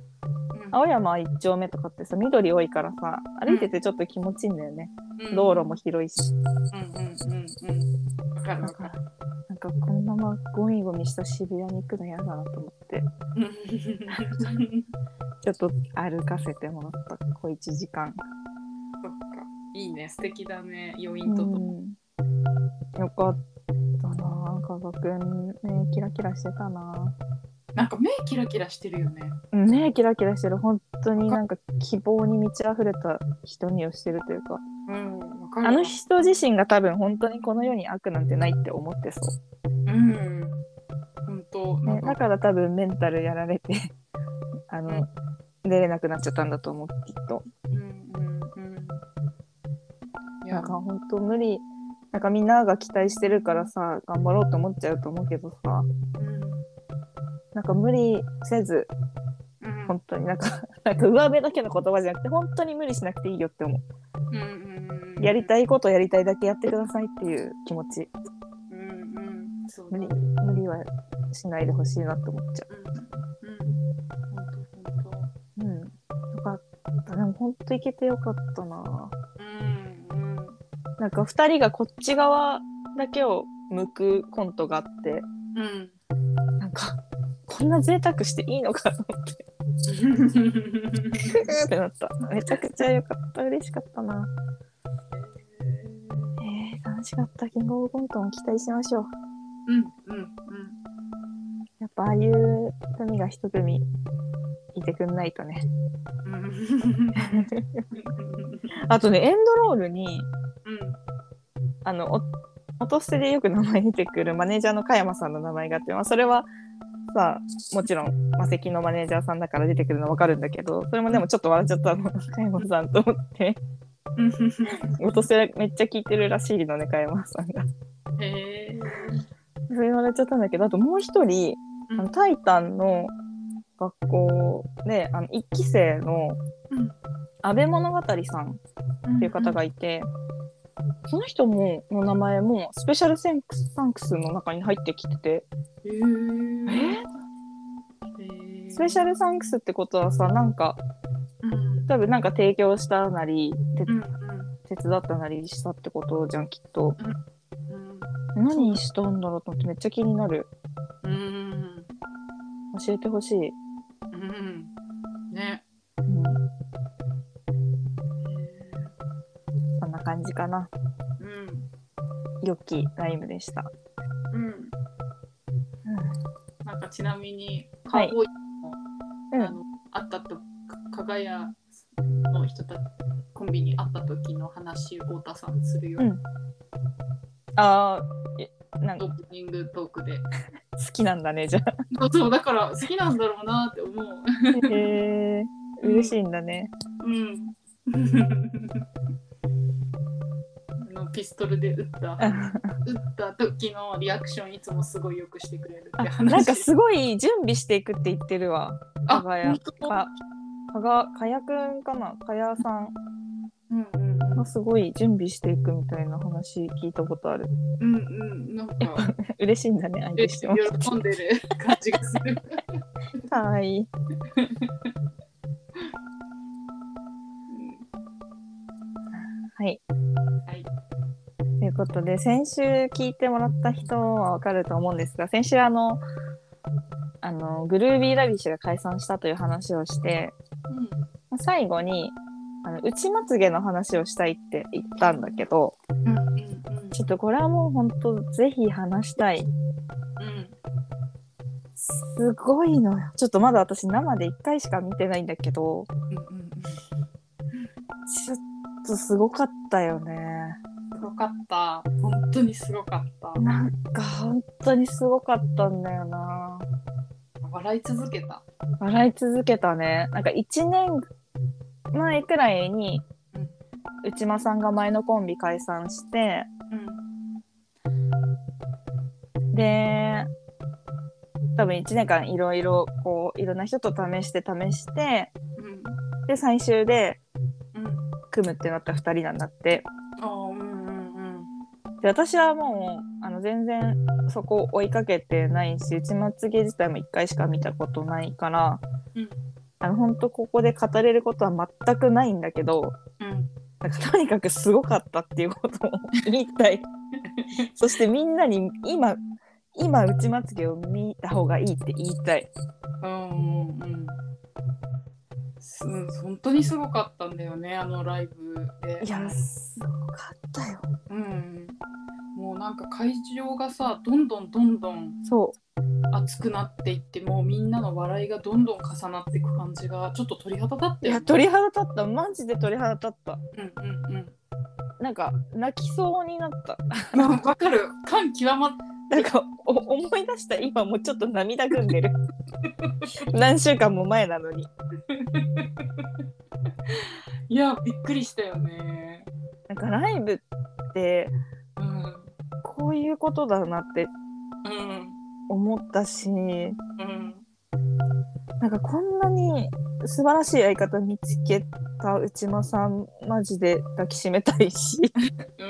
[SPEAKER 2] うん。
[SPEAKER 1] 青山一丁目とかってさ緑多いからさ歩いててちょっと気持ちいいんだよね、
[SPEAKER 2] うん
[SPEAKER 1] 道路も。広いし
[SPEAKER 2] うんうんうんうん。わかるわかる。
[SPEAKER 1] なんかこのままゴミゴミした渋谷に行くの嫌だなと思って
[SPEAKER 2] <laughs> うん
[SPEAKER 1] ちょっと歩かせてもらった小1時間
[SPEAKER 2] そっか。いいね、素敵だね、余韻とと。
[SPEAKER 1] うん、よかったなあ、かがくん、ね、キラキラしてたな。
[SPEAKER 2] なんか目キラキラしてるよね。
[SPEAKER 1] うんね、キラキラしてる、本当になんか希望に満ち溢れた人にをしてるというか、
[SPEAKER 2] うん、わかる。
[SPEAKER 1] あの。人自身が多分本当にこの世に悪なんてないって思ってそ
[SPEAKER 2] うん。本当。
[SPEAKER 1] う。
[SPEAKER 2] な
[SPEAKER 1] ね
[SPEAKER 2] ん、
[SPEAKER 1] だ
[SPEAKER 2] か。
[SPEAKER 1] から多分メンタルやられて、 <laughs> あの、出れなくなっちゃったんだと思う、きっと。
[SPEAKER 2] うんうんうん。い
[SPEAKER 1] な
[SPEAKER 2] や
[SPEAKER 1] んか、本当無理、なんかみんなが期待してるからさ、頑張ろうと思っちゃうと思うけどさ、
[SPEAKER 2] うん。
[SPEAKER 1] なんか無理せず、
[SPEAKER 2] うん。
[SPEAKER 1] 本当になんか <laughs> なんか上辺だけの言葉じゃなくて本当に無理しなくていいよって思
[SPEAKER 2] うんうんうん
[SPEAKER 1] うやりたいことやりたいだけやってくださいっていう気持ち
[SPEAKER 2] うんうんそうだ
[SPEAKER 1] 無理
[SPEAKER 2] ね
[SPEAKER 1] 無理はしないでほしいなって思っちゃ
[SPEAKER 2] う
[SPEAKER 1] う
[SPEAKER 2] んうん本当本
[SPEAKER 1] うんよかったでも本当行けてよかったな
[SPEAKER 2] 当うん
[SPEAKER 1] なんか2人がこっち側だけを向くコントがあって
[SPEAKER 2] うんうん
[SPEAKER 1] なんかこんな贅沢していいのかと思ってふーってなっためちゃくちゃよかった嬉しかったなえー、楽しかったキングオブコントも期待しましょう
[SPEAKER 2] うんうんうん
[SPEAKER 1] やっぱああいう組が一組いてくんないとね。
[SPEAKER 2] うんうん
[SPEAKER 1] あとね、エンドロールに、あの、お音捨てでよく名前出てくるマネージャーの加山さんの名前があって、まあ、それはさあ、もちろん、マセキのマネージャーさんだから出てくるのわかるんだけど、それもでもちょっと笑っちゃったの、加山さんと思って、音捨てめっちゃ聞いてるらしいのね、加山さんが。
[SPEAKER 2] うんへえ
[SPEAKER 1] それ笑っちゃったんだけど、あともう一人、あのタイタンの学校で、あの、一期生の
[SPEAKER 2] うん、
[SPEAKER 1] 安倍物語さんっていう方がいて、その人もの名前もスペシャルセンクスサンクスの中に入ってきてて、
[SPEAKER 2] へえ
[SPEAKER 1] スペシャルサンクスってことはさなんか
[SPEAKER 2] うんうん
[SPEAKER 1] 多分なんか提供したなりて
[SPEAKER 2] うん
[SPEAKER 1] 手伝ったなりしたってことじゃんきっと
[SPEAKER 2] うん
[SPEAKER 1] 何したんだろうと思ってめっちゃ気になる
[SPEAKER 2] うん
[SPEAKER 1] 教えてほしい、
[SPEAKER 2] うんね
[SPEAKER 1] うん、
[SPEAKER 2] へえ
[SPEAKER 1] そんな感じかな
[SPEAKER 2] うん
[SPEAKER 1] 良きライブでした、
[SPEAKER 2] うんなんかちなみに、カ
[SPEAKER 1] はい
[SPEAKER 2] ウボーイ
[SPEAKER 1] うん
[SPEAKER 2] あの会ったと、かがやの人たち、コンビに会った時の話、太田さんするよ。
[SPEAKER 1] うんあーえなん
[SPEAKER 2] オ
[SPEAKER 1] か
[SPEAKER 2] ープニングトークで。
[SPEAKER 1] 好きなんだねじゃあ
[SPEAKER 2] そうそう、だから好きなんだろうなって思う。
[SPEAKER 1] へえ嬉しいんだね
[SPEAKER 2] うん。 <laughs> あのピストルで撃った
[SPEAKER 1] あ
[SPEAKER 2] 撃った時のリアクションいつもすごいよくしてくれるって
[SPEAKER 1] あ <laughs>
[SPEAKER 2] 話
[SPEAKER 1] なんかすごい準備していくって言ってるわ。加
[SPEAKER 2] あ
[SPEAKER 1] 賀や
[SPEAKER 2] 本当
[SPEAKER 1] か加賀加谷くんかな加谷さん
[SPEAKER 2] うんうん
[SPEAKER 1] がすごい準備していくみたいな話聞いたことある。 <laughs>
[SPEAKER 2] うんうんなんか
[SPEAKER 1] 嬉しいんだね相手しても。
[SPEAKER 2] 喜んでる感じがする
[SPEAKER 1] かわいい。はい。
[SPEAKER 2] はい
[SPEAKER 1] ということで先週聞いてもらった人はわかると思うんですが先週あのあのグルービーラビッシュが解散したという話をして
[SPEAKER 2] うん
[SPEAKER 1] 最後にあの内まつげの話をしたいって言ったんだけど
[SPEAKER 2] うんうん
[SPEAKER 1] ちょっとこれはもう本当ぜひ話したい
[SPEAKER 2] うん
[SPEAKER 1] すごいのよちょっとまだ私生で1回しか見てないんだけど
[SPEAKER 2] うんうん
[SPEAKER 1] ちょっとすごかったよね
[SPEAKER 2] すごかった本当にすごかった
[SPEAKER 1] なんか本当にすごかったんだよな
[SPEAKER 2] 笑い続けた
[SPEAKER 1] 笑い続けたねなんか1年前くらいに
[SPEAKER 2] うん
[SPEAKER 1] 内間さんが前のコンビ解散して
[SPEAKER 2] うん
[SPEAKER 1] で多分1年間いろいろこういろんな人と試して試して
[SPEAKER 2] うん
[SPEAKER 1] で最終で
[SPEAKER 2] うん
[SPEAKER 1] 組むってなった2人なんだって
[SPEAKER 2] あーうんうんうん
[SPEAKER 1] で私はもうあの全然そこを追いかけてないし内まつげ自体も1回しか見たことないから、
[SPEAKER 2] うん
[SPEAKER 1] あの本当ここで語れることは全くないんだけど
[SPEAKER 2] うん
[SPEAKER 1] なんかとにかくすごかったっていうことを言い
[SPEAKER 2] <laughs>
[SPEAKER 1] たいそしてみんなに今今内まつげを見た方がいいって言いたい
[SPEAKER 2] うんうんうんす本当にすごかったんだよねあのライブで
[SPEAKER 1] いやすごかったよ
[SPEAKER 2] うんもうなんか会場がさどんどんどんどん
[SPEAKER 1] そ
[SPEAKER 2] 熱くなっていってもうみんなの笑いがどんどん重なっていく感じがちょっと鳥肌立っ
[SPEAKER 1] う
[SPEAKER 2] て
[SPEAKER 1] いや鳥肌立ったマジで鳥肌立った
[SPEAKER 2] うんうん
[SPEAKER 1] なんか泣きそうになった
[SPEAKER 2] うん <laughs> わわかる感極まっ
[SPEAKER 1] なんかお思い出した今もうちょっと涙ぐん <laughs> でる何週間も前なのに
[SPEAKER 2] いやびっくりしたよね
[SPEAKER 1] なんかライブって
[SPEAKER 2] うん
[SPEAKER 1] こういうことだなって
[SPEAKER 2] うん
[SPEAKER 1] 思ったし
[SPEAKER 2] うん
[SPEAKER 1] なんかこんなに素晴らしい相方見つけた内間さんマジで抱きしめたいしい
[SPEAKER 2] う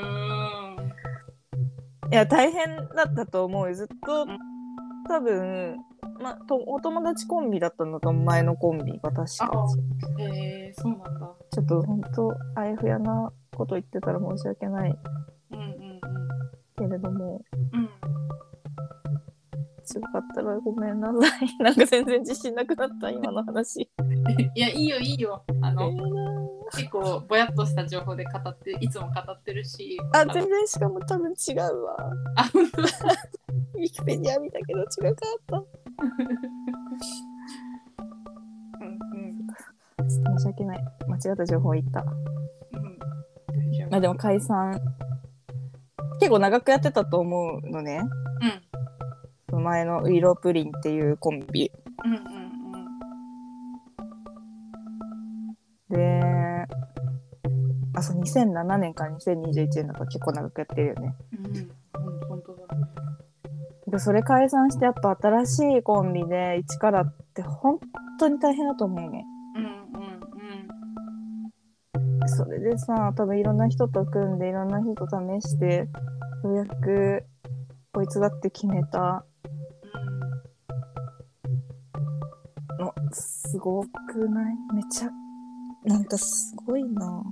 [SPEAKER 2] ん
[SPEAKER 1] や大変だったと思うよずっと多分、ま、とお友達コンビだったのと思う前のコンビが確
[SPEAKER 2] あ
[SPEAKER 1] か
[SPEAKER 2] へえそうなんだ
[SPEAKER 1] ちょっと本当あやふやなこと言ってたら申し訳ない
[SPEAKER 2] うんうん
[SPEAKER 1] けれども
[SPEAKER 2] うん <laughs> うん
[SPEAKER 1] 強かったらごめんなさい。 <laughs> なんか全然自信なくなった、今の話。
[SPEAKER 2] いやいいよいいよあの結構ぼやっとした情報で語っていつも語ってるし
[SPEAKER 1] あ、全然しかも多分違うわ。
[SPEAKER 2] あ本当だ
[SPEAKER 1] ウィキペディア見たけど違かった。
[SPEAKER 2] うんうん
[SPEAKER 1] ちょっと申し訳ない。間違った情報言った。
[SPEAKER 2] うん大丈
[SPEAKER 1] ま
[SPEAKER 2] 夫
[SPEAKER 1] あでも解散。結構長くやってたと思うのね。その前のウィロープリンっていうコンビ。
[SPEAKER 2] うんうんうんうん
[SPEAKER 1] で、あ、そう、2007年から2021年だから結構長くやってるよね。
[SPEAKER 2] うん、本当だね。
[SPEAKER 1] でそれ解散してやっぱ新しいコンビで一からって本当に大変だと思うの。
[SPEAKER 2] うんうん
[SPEAKER 1] それでさ多分いろんな人と組んでいろんな人と試してようやくこいつだって決めたのすごくないめちゃなんかすごいな
[SPEAKER 2] うん。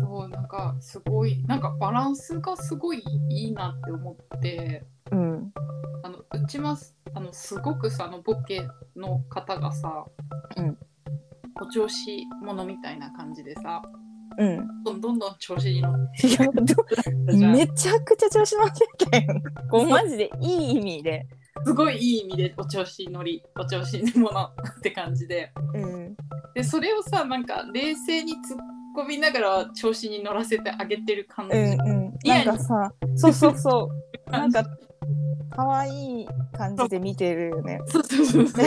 [SPEAKER 2] そう、なんかすごい、なんかバランスがすごいいいなって思って、
[SPEAKER 1] うん
[SPEAKER 2] あの、うちます、あの、すごくさ、あの、ボケの方がさ、
[SPEAKER 1] うん
[SPEAKER 2] お調子者みたいな感じでさ、
[SPEAKER 1] うん
[SPEAKER 2] どんどんどん調子に乗っ
[SPEAKER 1] いや <laughs> ど
[SPEAKER 2] てじゃん。
[SPEAKER 1] めちゃくちゃ調子乗ってたよ <laughs> こうマジでいい意味です
[SPEAKER 2] ごいいい意味でお調子乗り、お調子者って感じで。
[SPEAKER 1] うん
[SPEAKER 2] で、それをさ、なんか冷静に突っ込みながら調子に乗らせてあげてる感
[SPEAKER 1] う
[SPEAKER 2] じ。
[SPEAKER 1] んうん
[SPEAKER 2] いや
[SPEAKER 1] なんかさそうそうそう <laughs> なんか可愛い感じで見てるよね
[SPEAKER 2] そうそうそうそう。こ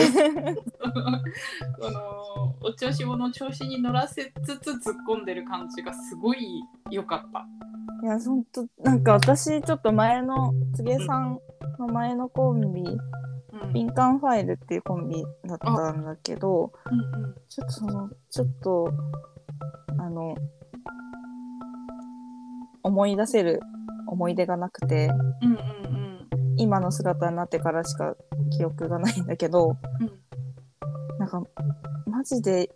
[SPEAKER 2] のお調子者調子に乗らせつつ突っ込んでる感じがすごい良かった。
[SPEAKER 1] <laughs> いや、ほんと、なんか私、ちょっと前の、つげさんの前のコンビ、
[SPEAKER 2] うん
[SPEAKER 1] 敏感ファイルっていうコンビだったんだけど、ちょっとその、ちょっと、あの、思い出せる思い出がなくて、
[SPEAKER 2] うんうんうん
[SPEAKER 1] 今の姿になってからしか記憶がないんだけど、
[SPEAKER 2] うん
[SPEAKER 1] なんか、マジで、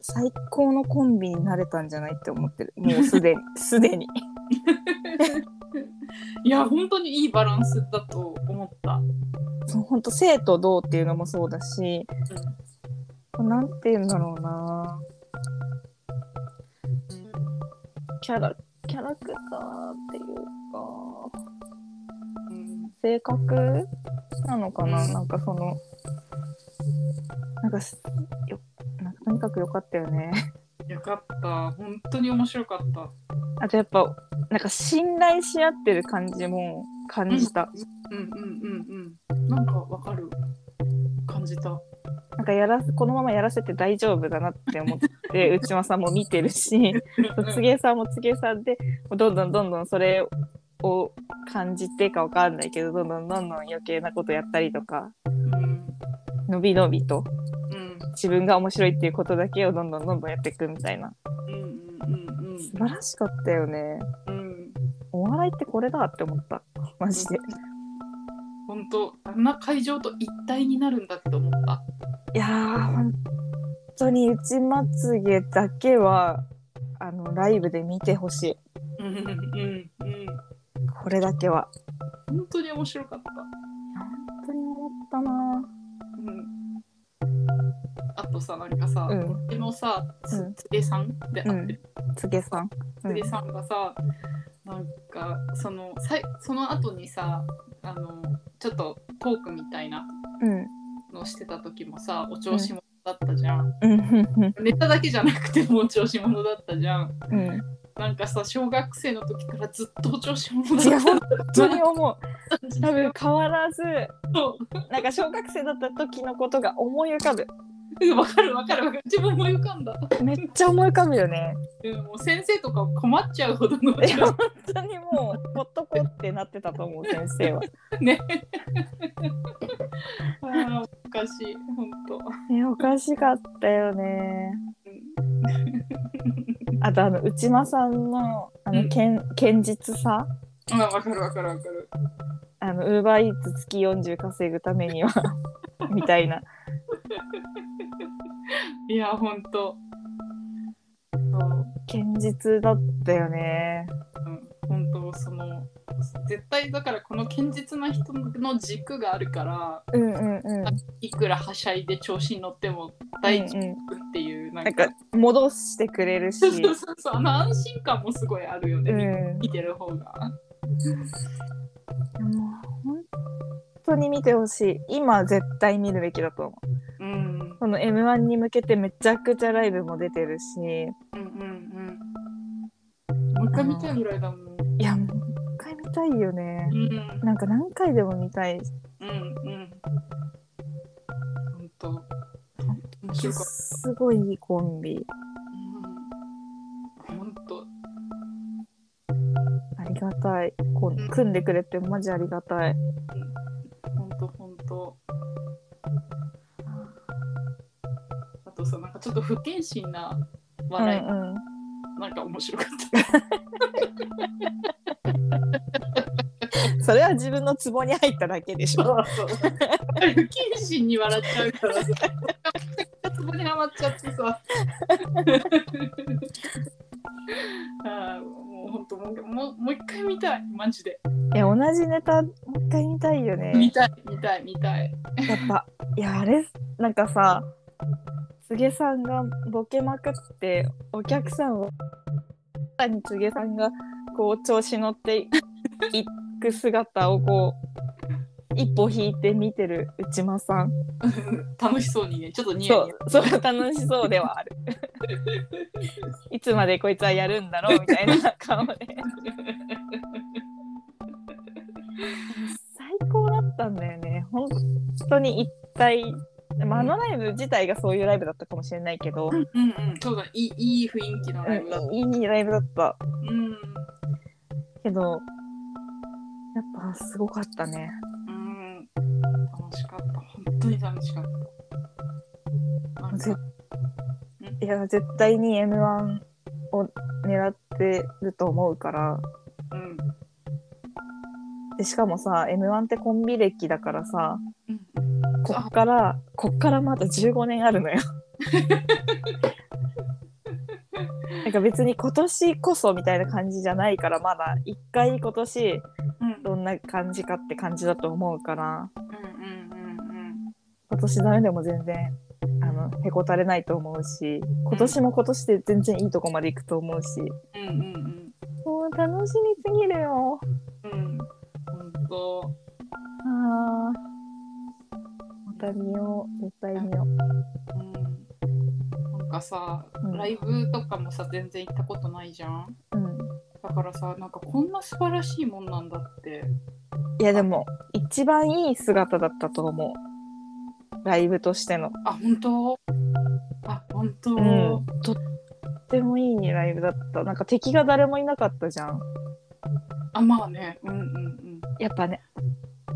[SPEAKER 1] 最高のコンビになれたんじゃないって思ってる。もうす <laughs> でに、すでに。
[SPEAKER 2] うん。いや本当にいいバランスだと思った。
[SPEAKER 1] そう本当生と同っていうのもそうだし、なんて言うんだろうなキャラキャラクターっていうか
[SPEAKER 2] うん
[SPEAKER 1] 性格なのかな、
[SPEAKER 2] うん
[SPEAKER 1] なんかそのなんかすよなんかとにかく良かったよね
[SPEAKER 2] よかった本当に面白かった
[SPEAKER 1] あとやっぱなんか信頼し合ってる感じも感じた、
[SPEAKER 2] うんうんうんうんなんかわかる感じた
[SPEAKER 1] なんかやらこのままやらせて大丈夫だなって思って
[SPEAKER 2] <laughs>
[SPEAKER 1] 内間さんも見てるしつげさんもつげさんでもうどんどんどんどんそれを感じてかわかんないけどどんどんどんどん余計なことやったりとか
[SPEAKER 2] うん
[SPEAKER 1] のびのびと
[SPEAKER 2] うん
[SPEAKER 1] 自分が面白いっていうことだけをどんどんどんどんやっていくみたいな
[SPEAKER 2] うんうんうんうん
[SPEAKER 1] 素晴らしかったよね
[SPEAKER 2] うん
[SPEAKER 1] お笑いってこれだって思ったマジで
[SPEAKER 2] 本当あんな会場と一体になるんだって思った
[SPEAKER 1] いやー本当に内まつげだけはあのライブで見てほしい
[SPEAKER 2] うんうんうん
[SPEAKER 1] これだけは
[SPEAKER 2] 本当に面白かった、
[SPEAKER 1] 本当に思ったな
[SPEAKER 2] うん、あとさなんかさ、
[SPEAKER 1] うん
[SPEAKER 2] こっちのさつ
[SPEAKER 1] うん
[SPEAKER 2] つげさんであ
[SPEAKER 1] う
[SPEAKER 2] っ
[SPEAKER 1] ん
[SPEAKER 2] てる
[SPEAKER 1] つげさんう
[SPEAKER 2] つ
[SPEAKER 1] ん
[SPEAKER 2] げさんがさなんかそのさいその後にさあのちょっとトークみたいな
[SPEAKER 1] うん
[SPEAKER 2] のしてた時もさお調子者だったじゃん、
[SPEAKER 1] うんうん
[SPEAKER 2] ネタだけじゃなくてもお調子者だったじゃん
[SPEAKER 1] <laughs> うん
[SPEAKER 2] なんかさ小学生の時からずっとお調子者
[SPEAKER 1] い
[SPEAKER 2] だ
[SPEAKER 1] や
[SPEAKER 2] った
[SPEAKER 1] 本当に思う
[SPEAKER 2] 感じ
[SPEAKER 1] 多分変わらず
[SPEAKER 2] そう
[SPEAKER 1] なんか小学生だった時のことが思い浮かぶ
[SPEAKER 2] うんわかるわかるわかる。自分も浮かんだ。
[SPEAKER 1] めっちゃ思い浮かぶよね
[SPEAKER 2] うん、もう先生とか困っちゃうほどの。
[SPEAKER 1] いや本当にもうほっとこってなってたと思う先生 <laughs> は
[SPEAKER 2] <laughs> ね。 <laughs> ああ、おかしい。本当。
[SPEAKER 1] ねおかしかったよね
[SPEAKER 2] うん
[SPEAKER 1] あとあの内間さんのあ
[SPEAKER 2] う
[SPEAKER 1] の
[SPEAKER 2] ん
[SPEAKER 1] けん堅実さ
[SPEAKER 2] あ、わかるわかるわかる。
[SPEAKER 1] あのウーバーイーツ月40稼ぐためには <laughs> みたいない
[SPEAKER 2] や、本当。そう
[SPEAKER 1] 堅実だったよね
[SPEAKER 2] うん、本当、その。絶対だからこの堅実な人の軸があるから
[SPEAKER 1] うんうんうん
[SPEAKER 2] いくらはしゃいで調子に乗っても
[SPEAKER 1] う
[SPEAKER 2] 大
[SPEAKER 1] ん
[SPEAKER 2] 丈
[SPEAKER 1] うん
[SPEAKER 2] 夫っていう、な
[SPEAKER 1] なんん
[SPEAKER 2] か
[SPEAKER 1] か戻してくれるし
[SPEAKER 2] <laughs> そうそうそうそうあの安心感もすごいあるよね、
[SPEAKER 1] うん
[SPEAKER 2] 見てる方が。
[SPEAKER 1] もう本当に見てほしい今絶対見るべきだと思う
[SPEAKER 2] うん
[SPEAKER 1] この m 1に向けてめちゃくちゃライブも出てるし
[SPEAKER 2] うんうんうん。もう一回見たいぐらいだもん。
[SPEAKER 1] いやもう一回見たいよね
[SPEAKER 2] うん
[SPEAKER 1] なんか何回でも見たい
[SPEAKER 2] うんうん。本当。面白かっ
[SPEAKER 1] すごいいいコンビ
[SPEAKER 2] た。うん。本当。
[SPEAKER 1] ありがたいこ
[SPEAKER 2] うん
[SPEAKER 1] う組んでくれてマジありがたい
[SPEAKER 2] 本当本当。あとさなんかちょっと不謹慎な笑い、
[SPEAKER 1] うんうん
[SPEAKER 2] なんか面白かった。
[SPEAKER 1] それは自分のツボに入っただけでしょ
[SPEAKER 2] <laughs> 不謹慎に笑っちゃうからさ。そこにハマっちゃってさ。あーもう本当もうもうもう一回見たいマジで。
[SPEAKER 1] いや同じネタもう一回見たいよ
[SPEAKER 2] 見
[SPEAKER 1] ね
[SPEAKER 2] たい見たい見たい。
[SPEAKER 1] やっぱいやあれなんかさつげさんがボケまくってお客さんをさらにつげさんがこう調子乗っていいく姿をこう一歩引いて見てる内間さん
[SPEAKER 2] 楽しそうにねちょっとニヤ
[SPEAKER 1] そ
[SPEAKER 2] ニヤ。
[SPEAKER 1] うそう楽しそうではあるいつまでこいつはやるんだろうみたいな顔で最高だったんだよね本当に一体まああのライブ自体がそういうライブだったかもしれないけど、
[SPEAKER 2] うんうんそうだいいいい雰囲気のライブだ。
[SPEAKER 1] うんいいライブだった
[SPEAKER 2] うん
[SPEAKER 1] けどやっぱすごかったね
[SPEAKER 2] うん楽しかった本当に楽しかった。なん
[SPEAKER 1] ぜ
[SPEAKER 2] か
[SPEAKER 1] いや絶対に m 1を狙ってると思うから
[SPEAKER 2] うん
[SPEAKER 1] でしかもさ m 1ってコンビ歴だからさ
[SPEAKER 2] うん
[SPEAKER 1] こっからこっからまだ15年ある
[SPEAKER 2] <laughs>
[SPEAKER 1] のよなんか別に今年こそみたいな感じじゃないからまだ一回今年
[SPEAKER 2] うん
[SPEAKER 1] どんな感じかって感じだと思うから
[SPEAKER 2] うんうんうんうん。
[SPEAKER 1] 今年ダメでも全然あのへこたれないと思うし今年も今年で全然いいとこまで行くと思うし、
[SPEAKER 2] うんうん
[SPEAKER 1] もう楽しみすぎるよ
[SPEAKER 2] うんうん本当
[SPEAKER 1] あーまた見よう絶対見よう
[SPEAKER 2] うんなんかさ、
[SPEAKER 1] うん
[SPEAKER 2] ライブとかもさ全然行ったことないじゃん
[SPEAKER 1] うん
[SPEAKER 2] だからさなんかこんな素晴らしいもんなんだって
[SPEAKER 1] いやでも一番いい姿だったと思うライブとしての
[SPEAKER 2] あ本当あ本当、
[SPEAKER 1] うんとってもいいライブだったなんか敵が誰もいなかったじゃん
[SPEAKER 2] あまあねうんうん
[SPEAKER 1] やっぱね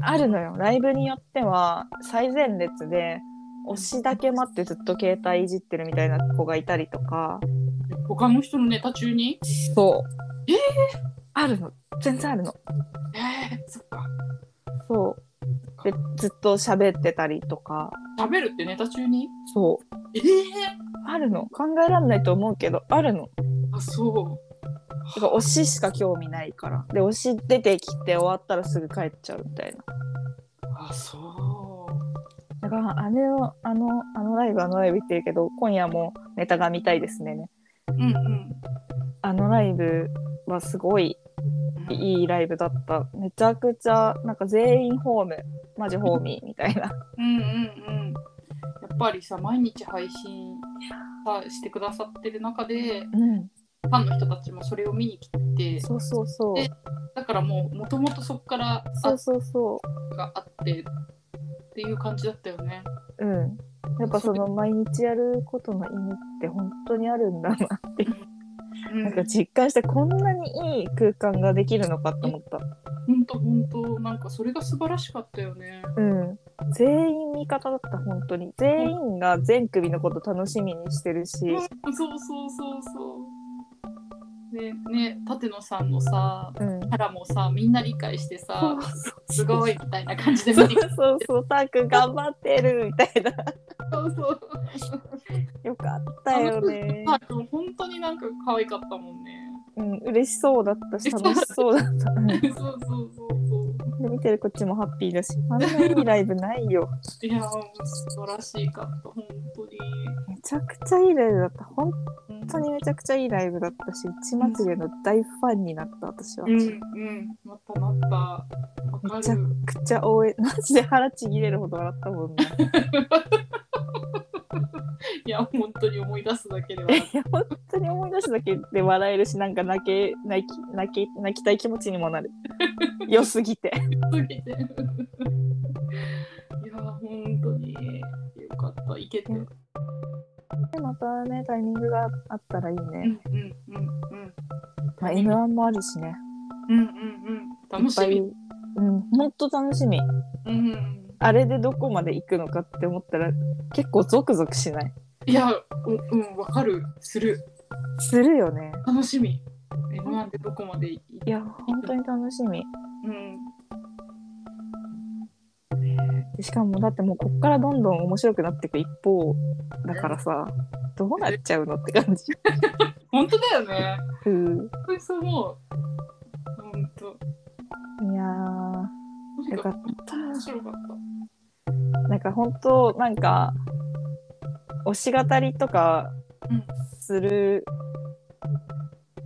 [SPEAKER 1] あるのよライブによっては最前列で推しだけ待ってずっと携帯いじってるみたいな子がいたりとか
[SPEAKER 2] うん他の人のネタ中に
[SPEAKER 1] そう
[SPEAKER 2] えー
[SPEAKER 1] あるの全然あるの
[SPEAKER 2] えー、そっか
[SPEAKER 1] そうでずっと喋ってたりとか
[SPEAKER 2] 食べるってネタ中に
[SPEAKER 1] そう
[SPEAKER 2] ええ
[SPEAKER 1] あるの考えられないと思うけどあるの
[SPEAKER 2] あそう
[SPEAKER 1] てか推ししか興味ないからで推し出てきて終わったらすぐ帰っちゃうみたいな
[SPEAKER 2] あそう
[SPEAKER 1] だからあれをあのあのライブあのライブ言ってるけど今夜もネタが見たいですねね
[SPEAKER 2] うんうん
[SPEAKER 1] あのライブはすごいいいライブだっためちゃくちゃなんか全員ホームマジホーミーみたいな
[SPEAKER 2] うんうんうんやっぱりさ毎日配信さしてくださってる中で
[SPEAKER 1] うん
[SPEAKER 2] ファンの人たちもそれを見に来て
[SPEAKER 1] そうそうそう
[SPEAKER 2] えだからもうもともとそこから
[SPEAKER 1] そうそうそ
[SPEAKER 2] があってっていう感じだったよね。
[SPEAKER 1] ううんやっぱその毎日やることの意味って本当にあるんだな <laughs> って
[SPEAKER 2] うん
[SPEAKER 1] なんか実感してこんなにいい空間ができるのかと思った
[SPEAKER 2] 本当本当なんかそれが素晴らしかったよね。
[SPEAKER 1] うん、全員味方だった本当に全員が全組のこと楽しみにしてるし、
[SPEAKER 2] うんそうそうそうそう。でね舘野さんのさ
[SPEAKER 1] うん、
[SPEAKER 2] キャラもさみんな理解してさすごいみたいな感じで
[SPEAKER 1] そ
[SPEAKER 2] 見
[SPEAKER 1] う
[SPEAKER 2] てくれ
[SPEAKER 1] そうそうたーくん頑張ってるみたいな
[SPEAKER 2] そうそう。
[SPEAKER 1] よかったよね、
[SPEAKER 2] あでも本当になんか可愛かったもんね。 <laughs>
[SPEAKER 1] うん嬉しそうだったし
[SPEAKER 2] そう
[SPEAKER 1] 楽しそうだった、うん
[SPEAKER 2] そうそうそうそう。
[SPEAKER 1] で見てるこっちもハッピーだしあんないいライブないよ
[SPEAKER 2] いやーもう素晴らしかった本当に。
[SPEAKER 1] めちゃくちゃいいライブだった本
[SPEAKER 2] 本
[SPEAKER 1] 当にめちゃくちゃいいライブだったし一まつげの大ファンになった私は、
[SPEAKER 2] うん
[SPEAKER 1] め
[SPEAKER 2] うん。なったなった。わか
[SPEAKER 1] めちゃ
[SPEAKER 2] る。 <laughs>
[SPEAKER 1] ちゃくちゃ応援マジで腹ちぎれるほど笑ったもんね
[SPEAKER 2] いや本当に思い出すだけでは。
[SPEAKER 1] いや本当に思い出しただけで笑えるしなんか泣け泣き泣き泣きたい気持ちにもな
[SPEAKER 2] <laughs>
[SPEAKER 1] る良すぎて
[SPEAKER 2] すぎて。 <laughs> いやー本当によかった。いけて。うん
[SPEAKER 1] でまたねタイミングがあったらいいね、
[SPEAKER 2] うんうん
[SPEAKER 1] まあ、m 1もあるしね
[SPEAKER 2] うんうんうんうん。楽し
[SPEAKER 1] いっ
[SPEAKER 2] み。
[SPEAKER 1] ぱいうん本当楽しみ
[SPEAKER 2] うんうん。
[SPEAKER 1] あれでどこまで行くのかって思ったら結構ゾクゾクしない
[SPEAKER 2] いやううんわかるする。
[SPEAKER 1] するよね
[SPEAKER 2] 楽しみ。M1 でどこまでい
[SPEAKER 1] いや本当に楽しみ
[SPEAKER 2] うん。
[SPEAKER 1] しかもだってもうこっからどんどん面白くなっていく一方だからさどうなっちゃうのって感じ
[SPEAKER 2] 本当だよね。
[SPEAKER 1] うん
[SPEAKER 2] 本当にそう思う。本当。
[SPEAKER 1] いやー
[SPEAKER 2] とに
[SPEAKER 1] よ
[SPEAKER 2] か
[SPEAKER 1] か
[SPEAKER 2] く
[SPEAKER 1] っ
[SPEAKER 2] 本当に面白かった。
[SPEAKER 1] なんか本当なんか推し語りとか
[SPEAKER 2] うん
[SPEAKER 1] する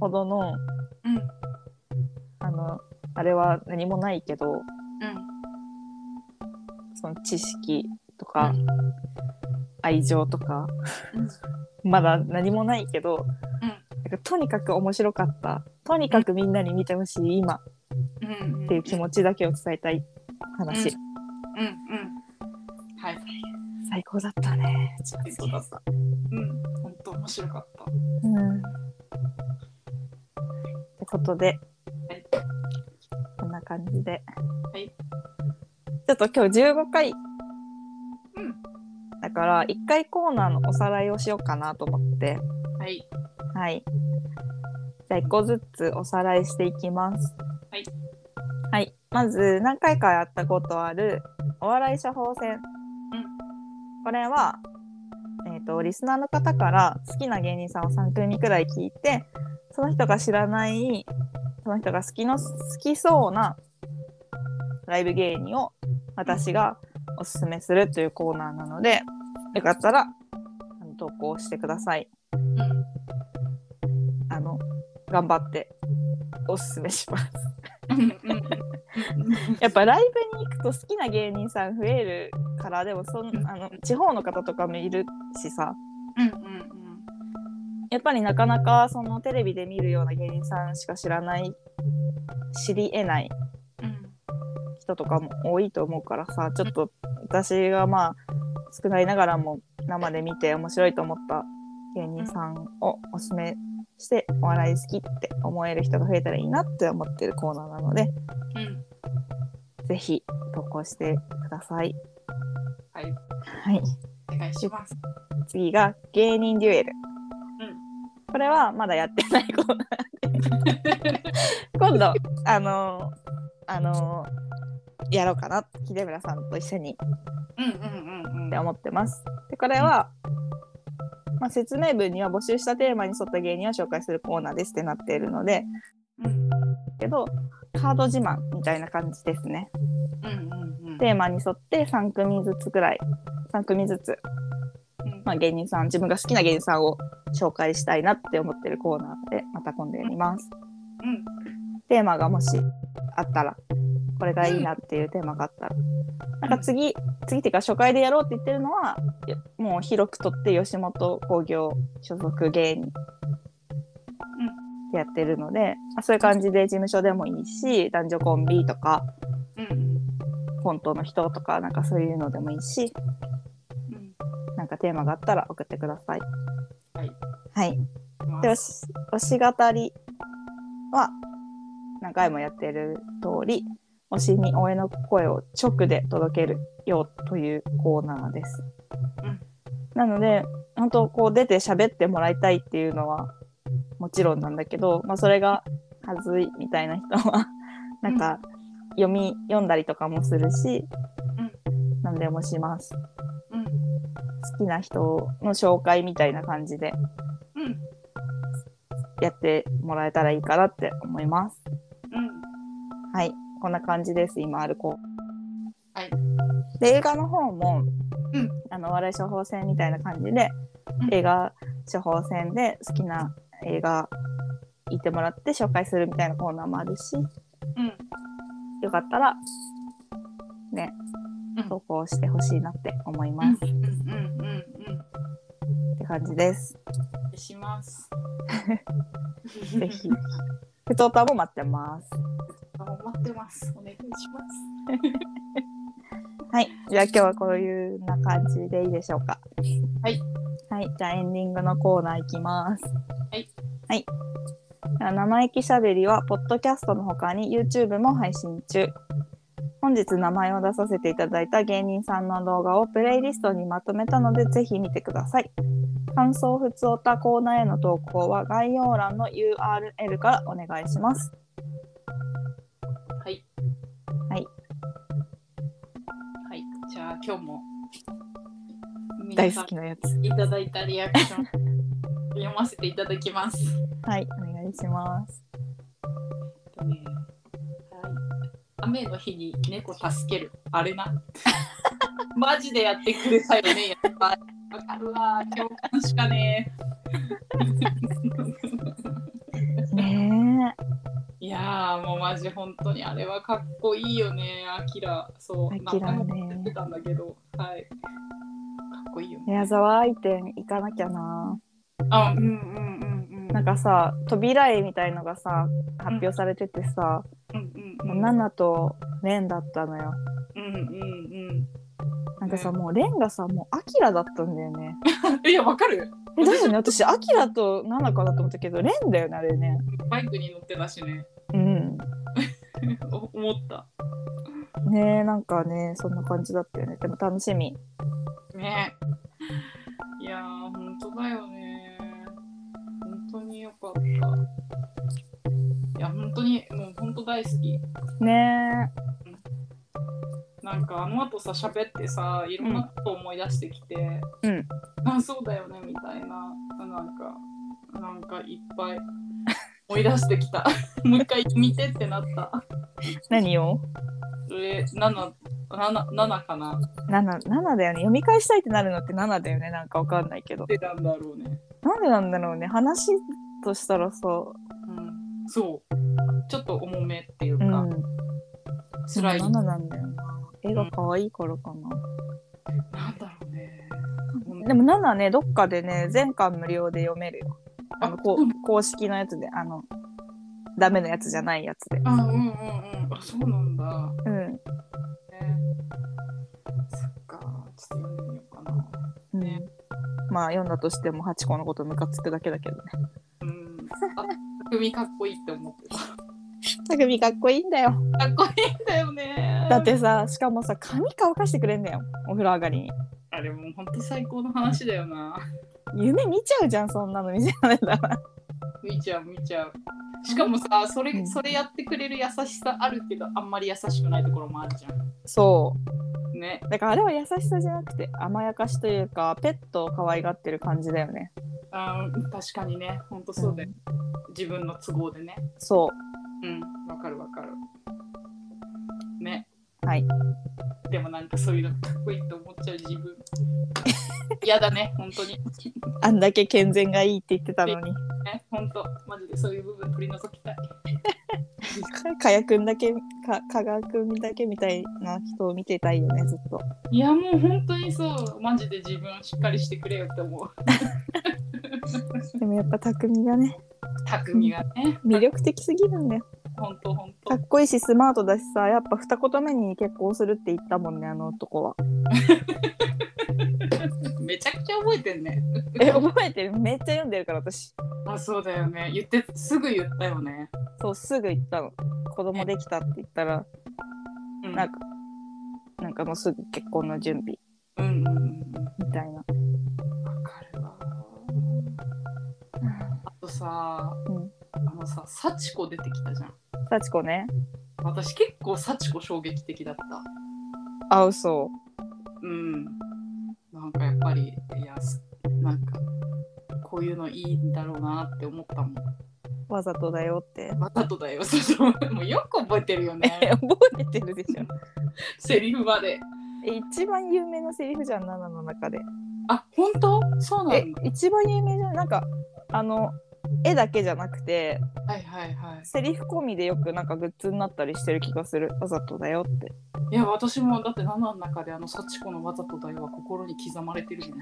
[SPEAKER 1] ほどの、
[SPEAKER 2] うん
[SPEAKER 1] あのあれは何もないけど
[SPEAKER 2] うん
[SPEAKER 1] その知識とか、
[SPEAKER 2] うん
[SPEAKER 1] 愛情とか
[SPEAKER 2] うん。
[SPEAKER 1] まだ何もないけど、
[SPEAKER 2] う
[SPEAKER 1] な
[SPEAKER 2] ん
[SPEAKER 1] んかとにかく面白かったとにかくみんなに見てほしい今
[SPEAKER 2] うん
[SPEAKER 1] っていう気持ちだけを伝えたい話、
[SPEAKER 2] うんうん。はい。
[SPEAKER 1] 最高だったね
[SPEAKER 2] 最高だった。うん。本当面白かった。
[SPEAKER 1] うんってことで、
[SPEAKER 2] はい
[SPEAKER 1] こんな感じで、
[SPEAKER 2] はい
[SPEAKER 1] ちょっと今日15回、
[SPEAKER 2] うん
[SPEAKER 1] だから1回コーナーのおさらいをしようかなと思って
[SPEAKER 2] はい。
[SPEAKER 1] はいじゃあ1個ずつおさらいしていきます
[SPEAKER 2] はい、
[SPEAKER 1] はい、まず何回かやったことあるお笑い処方箋、これはえっとリスナーの方から好きな芸人さんを3組くらい聞いてその人が知らないその人が好きの好きそうなライブ芸人を私がおすすめするというコーナーなので、よかったらあの投稿してください。
[SPEAKER 2] うん
[SPEAKER 1] あの頑張っておすすめします。 <laughs> やっぱライブに行くと好きな芸人さん増えるからでもそんあの地方の方とかもいるしさ
[SPEAKER 2] うんうん
[SPEAKER 1] やっぱりなかなかそのテレビで見るような芸人さんしか知らない知り得ない
[SPEAKER 2] うん
[SPEAKER 1] 人とかも多いと思うからさちょっと私がまあ少ないながらも生で見て面白いと思った芸人さんをおすすめしてお笑い好きって思える人が増えたらいいなって思ってるコーナーなので
[SPEAKER 2] うん
[SPEAKER 1] ぜひ投稿してください。
[SPEAKER 2] はい
[SPEAKER 1] はい、
[SPEAKER 2] お願いします
[SPEAKER 1] 次が芸人デュエル。
[SPEAKER 2] うん
[SPEAKER 1] これはまだやってないコーナー
[SPEAKER 2] <laughs>
[SPEAKER 1] で今度あのあのやろうかな秀村さんと一緒に
[SPEAKER 2] うんうんうんうん
[SPEAKER 1] って思ってます。でこれは、まあ、説明文には募集したテーマに沿った芸人を紹介するコーナーですってなっているので
[SPEAKER 2] うん
[SPEAKER 1] けどカード自慢みたいな感じですね。
[SPEAKER 2] うんうんうん
[SPEAKER 1] テーマに沿って3組ずつぐらい3組ずつ、
[SPEAKER 2] うん
[SPEAKER 1] まあ、芸人さん自分が好きな芸人さんを紹介したいなって思ってるコーナーでまた今度やります。
[SPEAKER 2] うん
[SPEAKER 1] テーマがもしあったらこれがいいなっていうテーマがあったらなんか次次っていうか初回でやろうって言ってるのはよもう広くとって吉本興業所属芸人ってやってるので、あそういう感じで事務所でもいいし男女コンビとか
[SPEAKER 2] うんうん
[SPEAKER 1] コントの人とかなんかそういうのでもいいし
[SPEAKER 2] うん
[SPEAKER 1] なんかテーマがあったら送ってください。
[SPEAKER 2] はい、
[SPEAKER 1] はい、
[SPEAKER 2] ま
[SPEAKER 1] で
[SPEAKER 2] あ
[SPEAKER 1] 推し推し語りは何回もやってる通り推しに応援の声を直で届けるよというコーナーです。
[SPEAKER 2] うん
[SPEAKER 1] なので本当こう出て喋ってもらいたいっていうのはもちろんなんだけど、まあ、それがはずいみたいな人はなんか読み読んだりとかもするし、何でもします。
[SPEAKER 2] うん
[SPEAKER 1] 好きな人の紹介みたいな感じで
[SPEAKER 2] うん
[SPEAKER 1] やってもらえたらいいかなって思います。
[SPEAKER 2] うん
[SPEAKER 1] はい、こんな感じです。今ある子。
[SPEAKER 2] はい。
[SPEAKER 1] で映画の方も、
[SPEAKER 2] うん
[SPEAKER 1] あの笑い処方箋みたいな感じで、
[SPEAKER 2] うん
[SPEAKER 1] 映画処方箋で好きな映画いてもらって紹介するみたいなコーナーもあるし、
[SPEAKER 2] うん
[SPEAKER 1] よかったらね
[SPEAKER 2] うん、
[SPEAKER 1] 投稿してほしいなって思います、
[SPEAKER 2] うんうんうんうん
[SPEAKER 1] って感じです。
[SPEAKER 2] うんします。
[SPEAKER 1] ぜひ。ふとたも待ってます。
[SPEAKER 2] あ待ってます。お願いします。
[SPEAKER 1] はい。じゃあ今日はこういうな感じでいいでしょうか。
[SPEAKER 2] はい。
[SPEAKER 1] はい。じゃあエンディングのコーナーいきます。
[SPEAKER 2] はい。
[SPEAKER 1] はい。じゃあ生意気しゃべりは、ポッドキャストの他に YouTube も配信中。本日名前を出させていただいた芸人さんの動画をプレイリストにまとめたので、ぜひ見てください。感想、ふつおたコーナーへの投稿は概要欄の URL からお願いします。
[SPEAKER 2] はい。
[SPEAKER 1] はい。
[SPEAKER 2] はい。じゃあ今日も皆
[SPEAKER 1] 大
[SPEAKER 2] さ
[SPEAKER 1] 好
[SPEAKER 2] ん
[SPEAKER 1] きなやつ。
[SPEAKER 2] いただいたリアクション読ませていただきます。
[SPEAKER 1] はい。お願いします。
[SPEAKER 2] えっとねはい。雨の日に猫助ける。あれ <laughs> な。マジでやってくれたよね。やっぱ。わかるわ。共感しかねえ。
[SPEAKER 1] ね
[SPEAKER 2] <laughs> いやーもうマジ本当にあれはかっこいいよね、アキラ。そう、
[SPEAKER 1] アキラね
[SPEAKER 2] 何回も言ってたんだけど、はい。かっこいいよ
[SPEAKER 1] え。
[SPEAKER 2] ね。
[SPEAKER 1] 宮沢愛店行かなきゃな。
[SPEAKER 2] あ、うんうんうんうん。
[SPEAKER 1] なんかさ扉絵みたいのがさ発表されててさ、
[SPEAKER 2] うんうん
[SPEAKER 1] も
[SPEAKER 2] う、
[SPEAKER 1] うんナナとレンだったのよ
[SPEAKER 2] うんうん
[SPEAKER 1] なんかさ、
[SPEAKER 2] う
[SPEAKER 1] もうレンがさもうアキラだったんだよ
[SPEAKER 2] <laughs>
[SPEAKER 1] ね
[SPEAKER 2] うん。いや、わかる
[SPEAKER 1] えだよね私アキラとナナかなと思ったけどレンだよねあれね
[SPEAKER 2] バイクに乗ってたしね。 <laughs>
[SPEAKER 1] うん
[SPEAKER 2] お思った。
[SPEAKER 1] ねえなんかねそんな感じだったよねでも楽しみ
[SPEAKER 2] ねいやー、本当だよね。本当によかった。いや、本当に、もう本当大好き。
[SPEAKER 1] ね
[SPEAKER 2] なんかあの後さ喋ってさいろんなこと思い出してきて、
[SPEAKER 1] うん
[SPEAKER 2] あそうだよねみたいななんかなんかいっぱい思い出して <laughs> きたもう一回見てってなった
[SPEAKER 1] え何を
[SPEAKER 2] えナナ 7, 7かな
[SPEAKER 1] 7, 7だよね読み返したいってなるのって7だよねなんかわかんないけど
[SPEAKER 2] 出たんだろうね。
[SPEAKER 1] なんでなんだろうね話としたらさ、
[SPEAKER 2] うん、そう。ちょっと重めっていう
[SPEAKER 1] う
[SPEAKER 2] か、
[SPEAKER 1] ん、
[SPEAKER 2] 辛い。
[SPEAKER 1] 7なんだよな絵が可愛いからかな、
[SPEAKER 2] なんだろうね。
[SPEAKER 1] でも7ねどっかでね全巻無料で読めるよあの
[SPEAKER 2] あ
[SPEAKER 1] こ
[SPEAKER 2] そ
[SPEAKER 1] う
[SPEAKER 2] う
[SPEAKER 1] 公式のやつであのダメなやつじゃないやつで
[SPEAKER 2] あ、うんうんうん。あ、そうなんだ。
[SPEAKER 1] うん
[SPEAKER 2] ね、そっか。ちょっと読んでみようかな。
[SPEAKER 1] うん
[SPEAKER 2] ね
[SPEAKER 1] まあ読んだとしてもハチ子のことムカつくだけだけどね。
[SPEAKER 2] うん。あ、組かっこいいって思ってた。
[SPEAKER 1] たくみかっこいいんだよ。
[SPEAKER 2] かっこいいんだよね。
[SPEAKER 1] だってさ、しかもさ、髪乾かしてくれんだよ。お風呂上がりに。
[SPEAKER 2] あれもう本当最高の話だよな。
[SPEAKER 1] 夢見ちゃうじゃん、そんなの見せられたら。
[SPEAKER 2] 見ちゃう見ちゃう。しかもさ、そ
[SPEAKER 1] うん
[SPEAKER 2] れそれやってくれる優しさあるけど、あんまり優しくないところもあるじゃん。
[SPEAKER 1] そう。
[SPEAKER 2] ね。
[SPEAKER 1] だからあれは優しさじゃなくて甘やかしというかペットを可愛がってる感じだよね。
[SPEAKER 2] あー確かにね、本当そうだよ。自分の都合でね。
[SPEAKER 1] そ
[SPEAKER 2] うん、わかるわかる。ね。
[SPEAKER 1] はい。
[SPEAKER 2] でもなんかそういうのかっこいいと思っちゃう自分。 <laughs> 嫌だね、本当に。
[SPEAKER 1] う。あんだけ健全がいいって言ってたのに。
[SPEAKER 2] ね、本当、マジでそういう部分取り除きたい。
[SPEAKER 1] かやくんだけ、か、かがくんだけみたいな人を見てたいよね、ずっと。
[SPEAKER 2] いや、もう本当にそう、マジで自分をしっかりしてくれよって思う。
[SPEAKER 1] でもやっぱ匠がね、
[SPEAKER 2] 匠がね、
[SPEAKER 1] 魅力的すぎるんだよ。
[SPEAKER 2] 本当本
[SPEAKER 1] か
[SPEAKER 2] 当。
[SPEAKER 1] っこいいしスマートだしさ、やっぱ二言目に結婚するって言ったもんね、あの男は。
[SPEAKER 2] めちゃくちゃ覚えてんね。
[SPEAKER 1] <laughs> え、覚えてるめっちゃ読んでるから私。
[SPEAKER 2] あ、そうだよね。言って、すぐ言ったよね。
[SPEAKER 1] そう、すぐ言ったの。子供できたって言ったら、
[SPEAKER 2] うん、
[SPEAKER 1] なんか、なんかもうすぐ結婚の準備
[SPEAKER 2] うんうんうん
[SPEAKER 1] みたいな。
[SPEAKER 2] うん。わかるわ。あとさ、
[SPEAKER 1] うん
[SPEAKER 2] あのさ、幸子出てきたじゃん。
[SPEAKER 1] 幸子ね。
[SPEAKER 2] 私結構幸子衝撃的だった。
[SPEAKER 1] あ、嘘。
[SPEAKER 2] うん。なんかやっぱり、いや、すなんか、こういうのいいんだろうなって思ったもん。
[SPEAKER 1] わざとだよって。
[SPEAKER 2] わざとだよ、 <laughs> そうそう。もうよく覚えてるよ
[SPEAKER 1] え、
[SPEAKER 2] ね。
[SPEAKER 1] <laughs> 覚えてるでしょ。
[SPEAKER 2] セリフまで。
[SPEAKER 1] え、一番有名なセリフじゃん、7の中で。
[SPEAKER 2] あ、本当そうな
[SPEAKER 1] え
[SPEAKER 2] んだ。、
[SPEAKER 1] 一番有名じゃん。なんか、あの、絵だけじゃなくて、
[SPEAKER 2] はいはいはい。
[SPEAKER 1] セリフ込みでよくなんかグッズになったりしてる気がする。わざとだよって。
[SPEAKER 2] いや、私もだって7の中であの幸子のわざとだよは心に刻まれ
[SPEAKER 1] <laughs>
[SPEAKER 2] てるも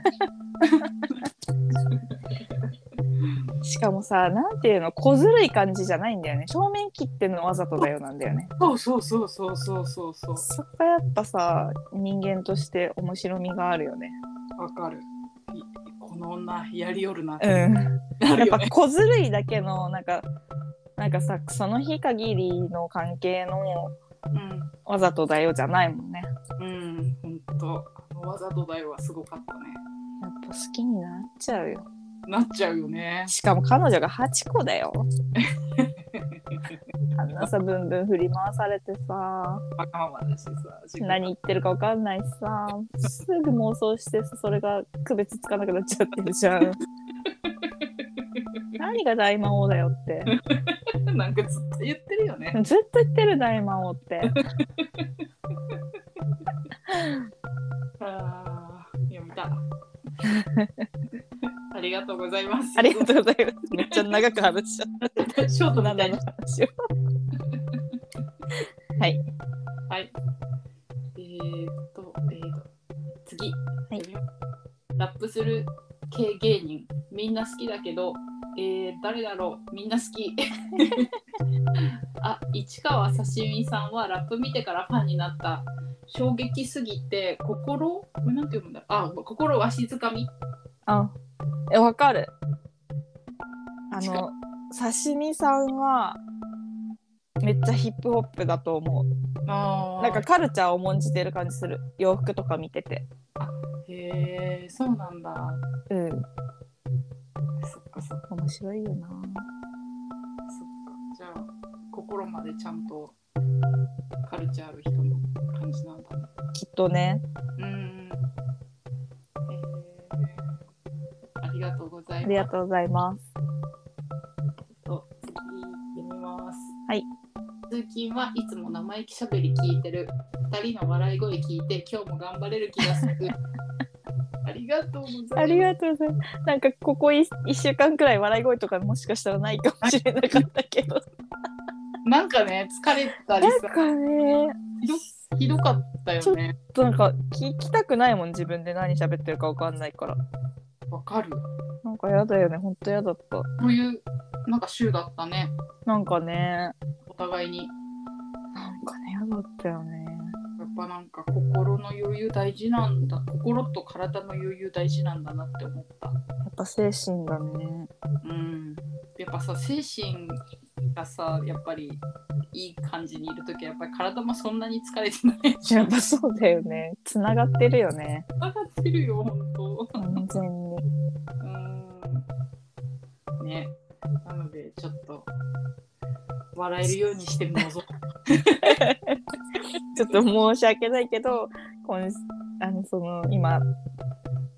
[SPEAKER 2] ん。
[SPEAKER 1] しかもさ、なんていうの、小ずるい感じじゃないんだよね。正面切ってんのわざとだよなんだよね。
[SPEAKER 2] そうそうそうそうそうそうそ
[SPEAKER 1] そこがやっぱさ、人間として面白みがあるよね。
[SPEAKER 2] う。わかる。いこの女、やりよるなって
[SPEAKER 1] うん。
[SPEAKER 2] な
[SPEAKER 1] やっ
[SPEAKER 2] るよ
[SPEAKER 1] ぱ
[SPEAKER 2] ね。
[SPEAKER 1] 小ずるいだけのなんかなんかさその日限りの関係のわざとだよじゃないもんねや
[SPEAKER 2] うん、うん、ほんと。あのわざとだよはすごかったね。
[SPEAKER 1] っぱ好きになっちゃうよ
[SPEAKER 2] なっちゃうよね。 <laughs>
[SPEAKER 1] しかも彼女が8個だよあんなさブンブン振り回されてさ
[SPEAKER 2] バカママだしさ。自分
[SPEAKER 1] 何言ってるかわかんないしさすぐ妄想してさそれが区別つかなくなっちゃってるじゃ <laughs> ん何が大魔王だよって
[SPEAKER 2] なんかずっと言ってるよね。
[SPEAKER 1] ずっと言ってる大魔王って
[SPEAKER 2] あー読みた。 <laughs> ありがとうございます。
[SPEAKER 1] ありがとうございますめっちゃ長く話しちゃった
[SPEAKER 2] ショート
[SPEAKER 1] な
[SPEAKER 2] なん
[SPEAKER 1] だ
[SPEAKER 2] んだ
[SPEAKER 1] の
[SPEAKER 2] ね。
[SPEAKER 1] 話を。はい。
[SPEAKER 2] はい。えー、っと、えー、っと、次。
[SPEAKER 1] い
[SPEAKER 2] ラップする系芸人、みんな好きだけど、えー、誰だろう、みんな好き。 <laughs> あ、市川刺身さんはラップ見てからファンになった。衝撃すぎて、心これなんて読むんだあ、心わしづかみ
[SPEAKER 1] あ、え、わかる。あの、刺身さんは、めっちゃヒップホップだと思う。
[SPEAKER 2] あ
[SPEAKER 1] なんかカルチャーを重んじてる感じする。洋服とか見てて。
[SPEAKER 2] へえ、そうなんだ。
[SPEAKER 1] うん。
[SPEAKER 2] そっかそっかそっか。
[SPEAKER 1] 面白いよな。
[SPEAKER 2] じゃあ、心までちゃんとカルチャーある人の感じなんだね。
[SPEAKER 1] きっとね。
[SPEAKER 2] うん。えー、ありがとうござい
[SPEAKER 1] あ
[SPEAKER 2] ます。
[SPEAKER 1] りがとうございます。
[SPEAKER 2] と次読みます。
[SPEAKER 1] はい。
[SPEAKER 2] 通勤はいつも生意気しゃべり聞いてる。 2人の笑い声聞いて今日も頑張れる気が
[SPEAKER 1] <laughs>
[SPEAKER 2] するありがとうご
[SPEAKER 1] あ
[SPEAKER 2] ざい
[SPEAKER 1] り
[SPEAKER 2] ま
[SPEAKER 1] がとうございます。なんかここい一週間くらい笑い声とかもしかしたらないかもしれなかったけど。
[SPEAKER 2] すなんかね疲れたり
[SPEAKER 1] なん
[SPEAKER 2] さ
[SPEAKER 1] かね、
[SPEAKER 2] ひどひどかったよね
[SPEAKER 1] なんか聞きたくないもん自分で何喋ってるかわかんないから。
[SPEAKER 2] わかる
[SPEAKER 1] なんかやだよね、ほんとやだった。
[SPEAKER 2] そういうなんか週だったね
[SPEAKER 1] なんかね、
[SPEAKER 2] お互いにや
[SPEAKER 1] なんかね、やだったよね。
[SPEAKER 2] っぱなんか心の余裕大事なんだ心と体の余裕大事なんだなって思った
[SPEAKER 1] やっぱ精神だね。
[SPEAKER 2] うん、やっぱさ精神がさやっぱりいい感じにいる時はやっぱり体もそんなに疲れてない <laughs> し
[SPEAKER 1] やっぱそうだよね。つながってるよね。
[SPEAKER 2] 上がってるよ本当
[SPEAKER 1] 完全に。
[SPEAKER 2] うんねなのでちょっと笑えるようにして臨む
[SPEAKER 1] ちょっと申し訳ないけど、今あのその今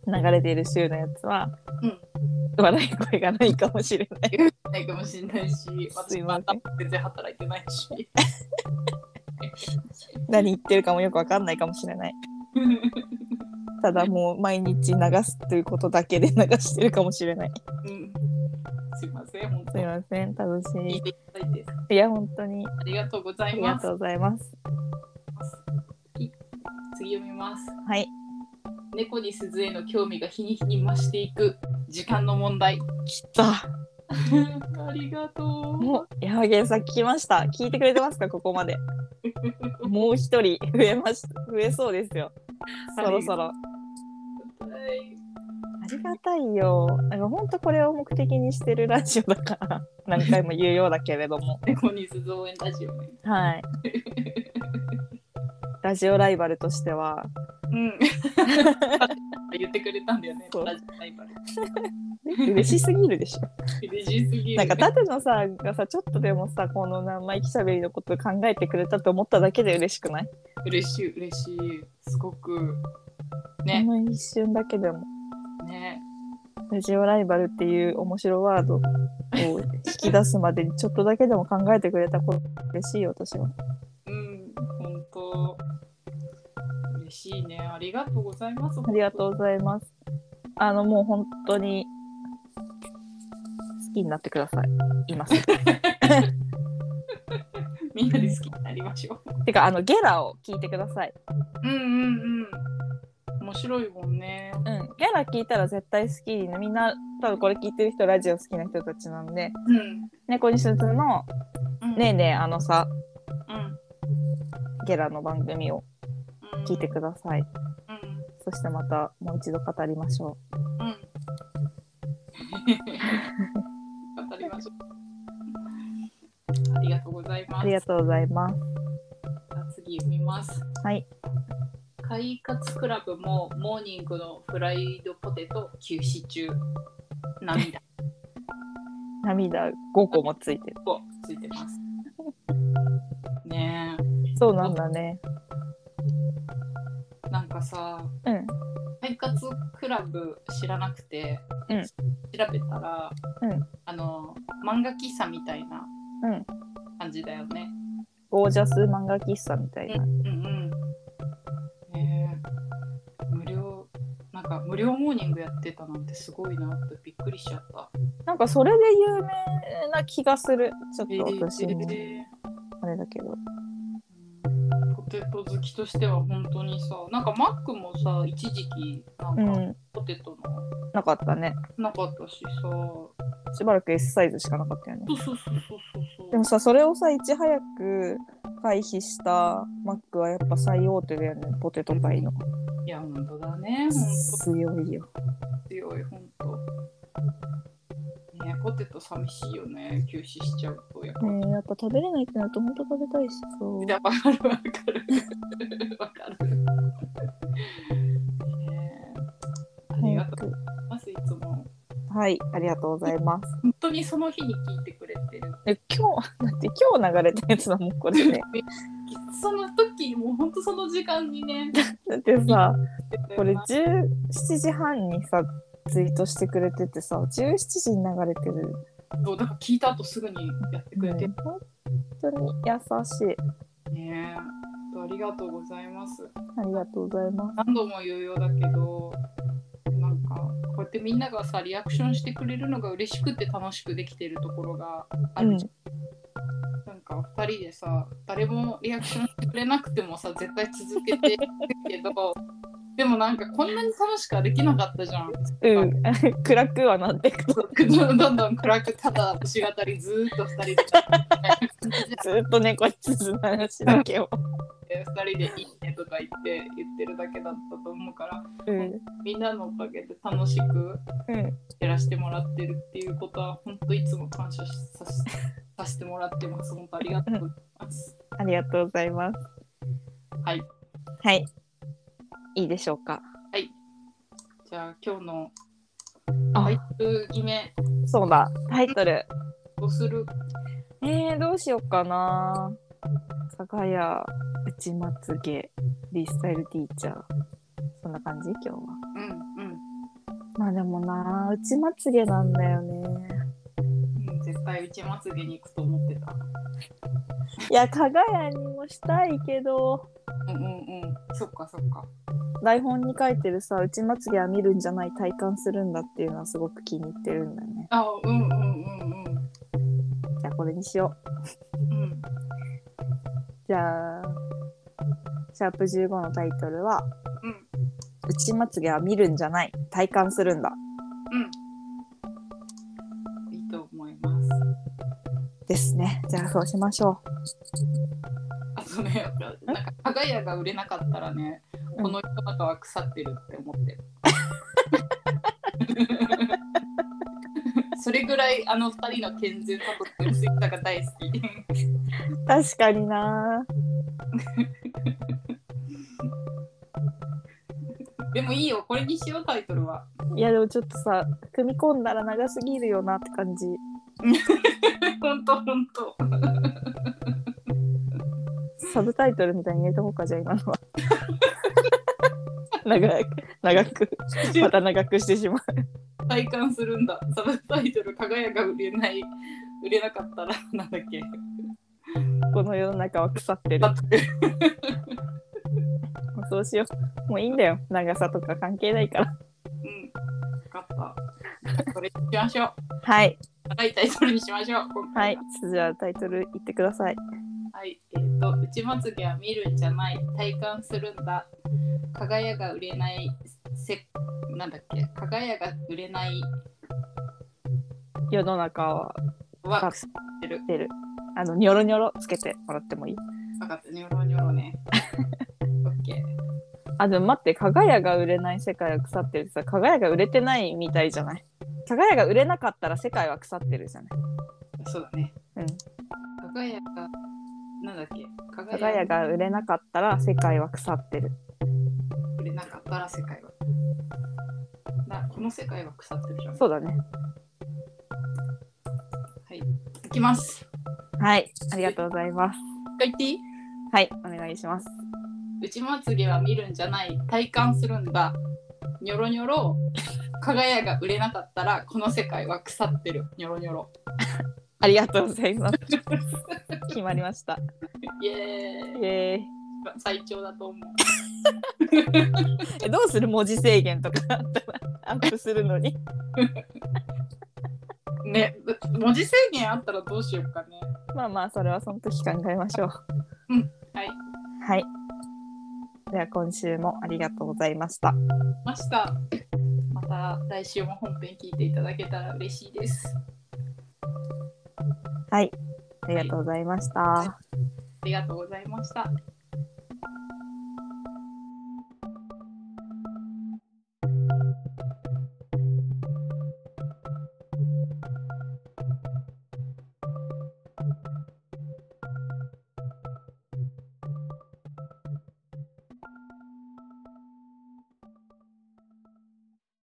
[SPEAKER 1] 流れている週のやつは、
[SPEAKER 2] うん
[SPEAKER 1] 笑い声がないかもしれない。 <laughs>
[SPEAKER 2] ないかもしれないし
[SPEAKER 1] すい
[SPEAKER 2] 私
[SPEAKER 1] ま
[SPEAKER 2] ま
[SPEAKER 1] せん
[SPEAKER 2] た全然働いてないし <laughs>
[SPEAKER 1] 何言ってるかもよくわかんないかもしれない。ただもう毎日流すということだけで流してるかもしれない。
[SPEAKER 2] うんすいません本
[SPEAKER 1] <laughs>
[SPEAKER 2] 当
[SPEAKER 1] すい
[SPEAKER 2] に
[SPEAKER 1] ません、楽し
[SPEAKER 2] 聞いていただいて
[SPEAKER 1] い。いや、本当に
[SPEAKER 2] ありがとうござ
[SPEAKER 1] あ
[SPEAKER 2] い
[SPEAKER 1] りが
[SPEAKER 2] ます
[SPEAKER 1] とうございます。
[SPEAKER 2] はい次読みます
[SPEAKER 1] はい。
[SPEAKER 2] 猫に鈴への興味が日に日に増していく時間の問題 <laughs>
[SPEAKER 1] 来た。
[SPEAKER 2] ありがとう <laughs>
[SPEAKER 1] もう、山源さん聞きました。聞いてくれてますか、ここまで。もう一人増えまし、増えそうですよ。そろそろ。
[SPEAKER 2] はい
[SPEAKER 1] ありがたいよ。なんか本当これを目的にしてるラジオだから、何回も言うようだけれども。
[SPEAKER 2] 猫に鈴応援ラジオね
[SPEAKER 1] はい。ラジオライバルとしては、
[SPEAKER 2] うん <laughs> 言ってくれたんだよね
[SPEAKER 1] そう
[SPEAKER 2] ラジオライバル
[SPEAKER 1] 嬉しすぎるでしょ。
[SPEAKER 2] 嬉しすぎる
[SPEAKER 1] なんか、舘野さんがさ、ちょっとでもさ、この生意気しゃべりのこと考えてくれたと思っただけで嬉しくない、
[SPEAKER 2] 嬉しい嬉しいすごく
[SPEAKER 1] こ
[SPEAKER 2] ね
[SPEAKER 1] の一瞬だけでも。
[SPEAKER 2] ね
[SPEAKER 1] ラジオライバルっていう面白ワードを引き出すまでにちょっとだけでも考えてくれたこと嬉しいよ、私は。
[SPEAKER 2] うん本当嬉しいねありがとうございます
[SPEAKER 1] ありがとうございます。あの、もう本当に、好きになってください。今すぐ。
[SPEAKER 2] みんなで好きになりましょう
[SPEAKER 1] てか、あの、ゲラを聞いてください。
[SPEAKER 2] うんうんうん。面白いもんね。
[SPEAKER 1] うん。ゲラ聞いたら絶対好きにねみんな、多分これ聞いてる人、ラジオ好きな人たちなんで、
[SPEAKER 2] うん。
[SPEAKER 1] 猫にすずの、
[SPEAKER 2] うん、
[SPEAKER 1] ねえねえ、あのさ、
[SPEAKER 2] うん。
[SPEAKER 1] ゲラの番組を
[SPEAKER 2] うん。
[SPEAKER 1] 聞いてください。
[SPEAKER 2] うん。
[SPEAKER 1] そしてまた、もう一度語りましょ。
[SPEAKER 2] うん。語りましょう。ありがとうございうま
[SPEAKER 1] あ
[SPEAKER 2] す。
[SPEAKER 1] りがとうございます。
[SPEAKER 2] 次読みます。
[SPEAKER 1] はい。
[SPEAKER 2] 快活クラブもモーニングのフライドポテト休止中。涙
[SPEAKER 1] 涙5個もついてる。
[SPEAKER 2] をついてます。ね
[SPEAKER 1] そうなんだね。
[SPEAKER 2] え、なんかさ、
[SPEAKER 1] うん。
[SPEAKER 2] 快活クラブ知らなくて、
[SPEAKER 1] うん
[SPEAKER 2] 調べたら、
[SPEAKER 1] うん
[SPEAKER 2] あの漫画喫茶みたいな
[SPEAKER 1] うん
[SPEAKER 2] 感じだよね。
[SPEAKER 1] ゴージャス漫画喫茶みたいな。
[SPEAKER 2] うんうんねえ無料なんか無料モーニングやってたなんてすごいなってびっくりしちゃった。
[SPEAKER 1] なんかそれで有名な気がする。ちょっと私
[SPEAKER 2] え
[SPEAKER 1] も
[SPEAKER 2] ー
[SPEAKER 1] あれだけど。
[SPEAKER 2] うんポテト好きとしては本当にさなんかマックもさ一時期な
[SPEAKER 1] うん
[SPEAKER 2] か
[SPEAKER 1] ん、
[SPEAKER 2] ポテトの
[SPEAKER 1] なかったね。
[SPEAKER 2] なかったしさ、
[SPEAKER 1] しばらく S サイズしかなかったよね。
[SPEAKER 2] そうそうそうそうそう
[SPEAKER 1] でもさ、それをさ、いち早く回避したマックはやっぱ最大手だよね、ポテトパイの。
[SPEAKER 2] いや本当だね本当
[SPEAKER 1] 強いよ。
[SPEAKER 2] 強い、本当。ね、ポテト寂しいよね、休止しちゃうと。やっぱ、
[SPEAKER 1] ねえ、やっぱ食べれないってなると本当食べたいしそう。
[SPEAKER 2] いやわかるわかる。わかる。ねえありがとうございます、いつも。
[SPEAKER 1] はい、ありがとうございます。
[SPEAKER 2] 本当にその日に聞いてくれてる。
[SPEAKER 1] で今日、 <laughs> だって今日流れたやつだもん、これね。
[SPEAKER 2] その時、もう本当その時間にね、
[SPEAKER 1] だってさ、 <laughs> これ
[SPEAKER 2] 聞いて
[SPEAKER 1] 17時半にさツイートしてくれててさ17時に流れてる、
[SPEAKER 2] そうだから聞いた後すぐにやってくれてる
[SPEAKER 1] 本当に優しい
[SPEAKER 2] ね。あありがとうございます。
[SPEAKER 1] ありがとうございます。
[SPEAKER 2] 何度も言うようだけど、なんかこうやってみんながさリアクションしてくれるのが嬉しくて楽しくできてるところがあるじゃん。なんか2人でさ誰もリアクションしてくれなくてもさ絶対続けてるけどでもなんかこんなに楽しくはできなかったじゃん。
[SPEAKER 1] うん。 <laughs> 暗くはなってくと。
[SPEAKER 2] どんどんどん暗くただ星語りずーっと2人で
[SPEAKER 1] ずっと猫一つの話だけを。
[SPEAKER 2] 2人で「いいね」とか言って言ってるだけだったと思うから
[SPEAKER 1] うん。
[SPEAKER 2] みんなのおかげで楽しく
[SPEAKER 1] うん。
[SPEAKER 2] やらせてもらってるっていうことは本当いつも感謝しさせさせてもらってます本当ありがとうございます
[SPEAKER 1] ありがとうございます。
[SPEAKER 2] はい
[SPEAKER 1] はい。いいでしょうか。
[SPEAKER 2] じゃあ今日の
[SPEAKER 1] あ
[SPEAKER 2] タイトル決め
[SPEAKER 1] そうだ。タイトル。
[SPEAKER 2] どうする
[SPEAKER 1] えー、どうしようかな。加賀屋、内まつげ、リスタイルティーチャー。そんな感じ今日は。
[SPEAKER 2] うん
[SPEAKER 1] まあでもな、内まつげなんだよね。
[SPEAKER 2] うん、うん、絶対うちまつげに行くと思ってた
[SPEAKER 1] いや、加賀屋にもしたいけど、
[SPEAKER 2] うんうんうんそっかそっか
[SPEAKER 1] 台本に書いてるさ、内まつげは見るんじゃない、体感するんだっていうのはすごく気に入ってるんだよね。
[SPEAKER 2] あうんうんうんうん
[SPEAKER 1] じゃあこれにしよう。
[SPEAKER 2] うん
[SPEAKER 1] じゃあ、シャープ15のタイトルは、
[SPEAKER 2] うん
[SPEAKER 1] 内まつげは見るんじゃない、体感するんだ。
[SPEAKER 2] うんいいと思います
[SPEAKER 1] ですね。じゃあそうしましょ
[SPEAKER 2] あとねなんか加賀屋が売れなかったらね
[SPEAKER 1] うん
[SPEAKER 2] この世の中は腐ってるって思 <laughs> ってるそれぐらいあの二人の健全さと純粋さが大好き
[SPEAKER 1] う。確かにな
[SPEAKER 2] でもいいよこれにしようタイトルはい
[SPEAKER 1] やでもちょっとさ、組み込んだら長すぎるよなって感じ。
[SPEAKER 2] 本当本 <laughs> 当
[SPEAKER 1] サブタイトルみたいに入れた方かじゃあ今のは。 <laughs> 長く、長く、また長くしてしまう。
[SPEAKER 2] 体感するんだサブタイトル「輝が売れない売れなかったらなんだっけ
[SPEAKER 1] この世の中は腐ってる。
[SPEAKER 2] だって
[SPEAKER 1] もうそうしよう。もういいんだよ。長さとか関係ないから。
[SPEAKER 2] うん分かったそれにしましょう
[SPEAKER 1] はい。
[SPEAKER 2] 長いタイトルにしましょう今
[SPEAKER 1] は
[SPEAKER 2] 回
[SPEAKER 1] い。じゃあタイトル言ってください。
[SPEAKER 2] はい、えっ、と、内まつげは見るんじゃない、体感するんだ。輝が売れない、せ、なんだっけ、輝が売れない
[SPEAKER 1] 世の中は
[SPEAKER 2] ワ
[SPEAKER 1] 腐
[SPEAKER 2] ー
[SPEAKER 1] っ
[SPEAKER 2] クスってる。
[SPEAKER 1] てる。あの、ニョロニョロつけてもらってもいい
[SPEAKER 2] 分かった、ニョロニョロね。オッケー。
[SPEAKER 1] あ、でも待って、加賀屋が売れない世界は腐ってるってさ、加賀屋が売れてないみたいじゃない加賀屋が売れなかったら世界は腐ってるじゃない
[SPEAKER 2] そうだね。
[SPEAKER 1] うん。
[SPEAKER 2] 輝が、なんだっけ、
[SPEAKER 1] 加賀屋
[SPEAKER 2] 輝が
[SPEAKER 1] が売れなかったら世界は腐ってる。
[SPEAKER 2] 売れなかったら世界は。な、この世界は腐ってるじゃん。
[SPEAKER 1] そうだね。
[SPEAKER 2] いきます。も
[SPEAKER 1] はい。ありがとうございます。
[SPEAKER 2] う一回言っていい
[SPEAKER 1] はい。お願いします。
[SPEAKER 2] 内まつげは見るんじゃない体感するんだニョロニョロ <laughs> 輝が売れなかったらこの世界は腐ってるニョロニョロ
[SPEAKER 1] ありがとうございます。 <laughs> 決まりました。
[SPEAKER 2] <laughs> イエーイ
[SPEAKER 1] イエーイ。
[SPEAKER 2] 最長だと思う
[SPEAKER 1] えどうする文字制限とかあったら <laughs> アップするのに
[SPEAKER 2] ね文字制限あったらどうしようかね
[SPEAKER 1] まあまあそれはその時考えましょう
[SPEAKER 2] はい
[SPEAKER 1] はいでは今週もありがとうございました
[SPEAKER 2] ましたまた来週も本編聞いていただけたら嬉しいです
[SPEAKER 1] はいありがとうございました、
[SPEAKER 2] ありがとうございました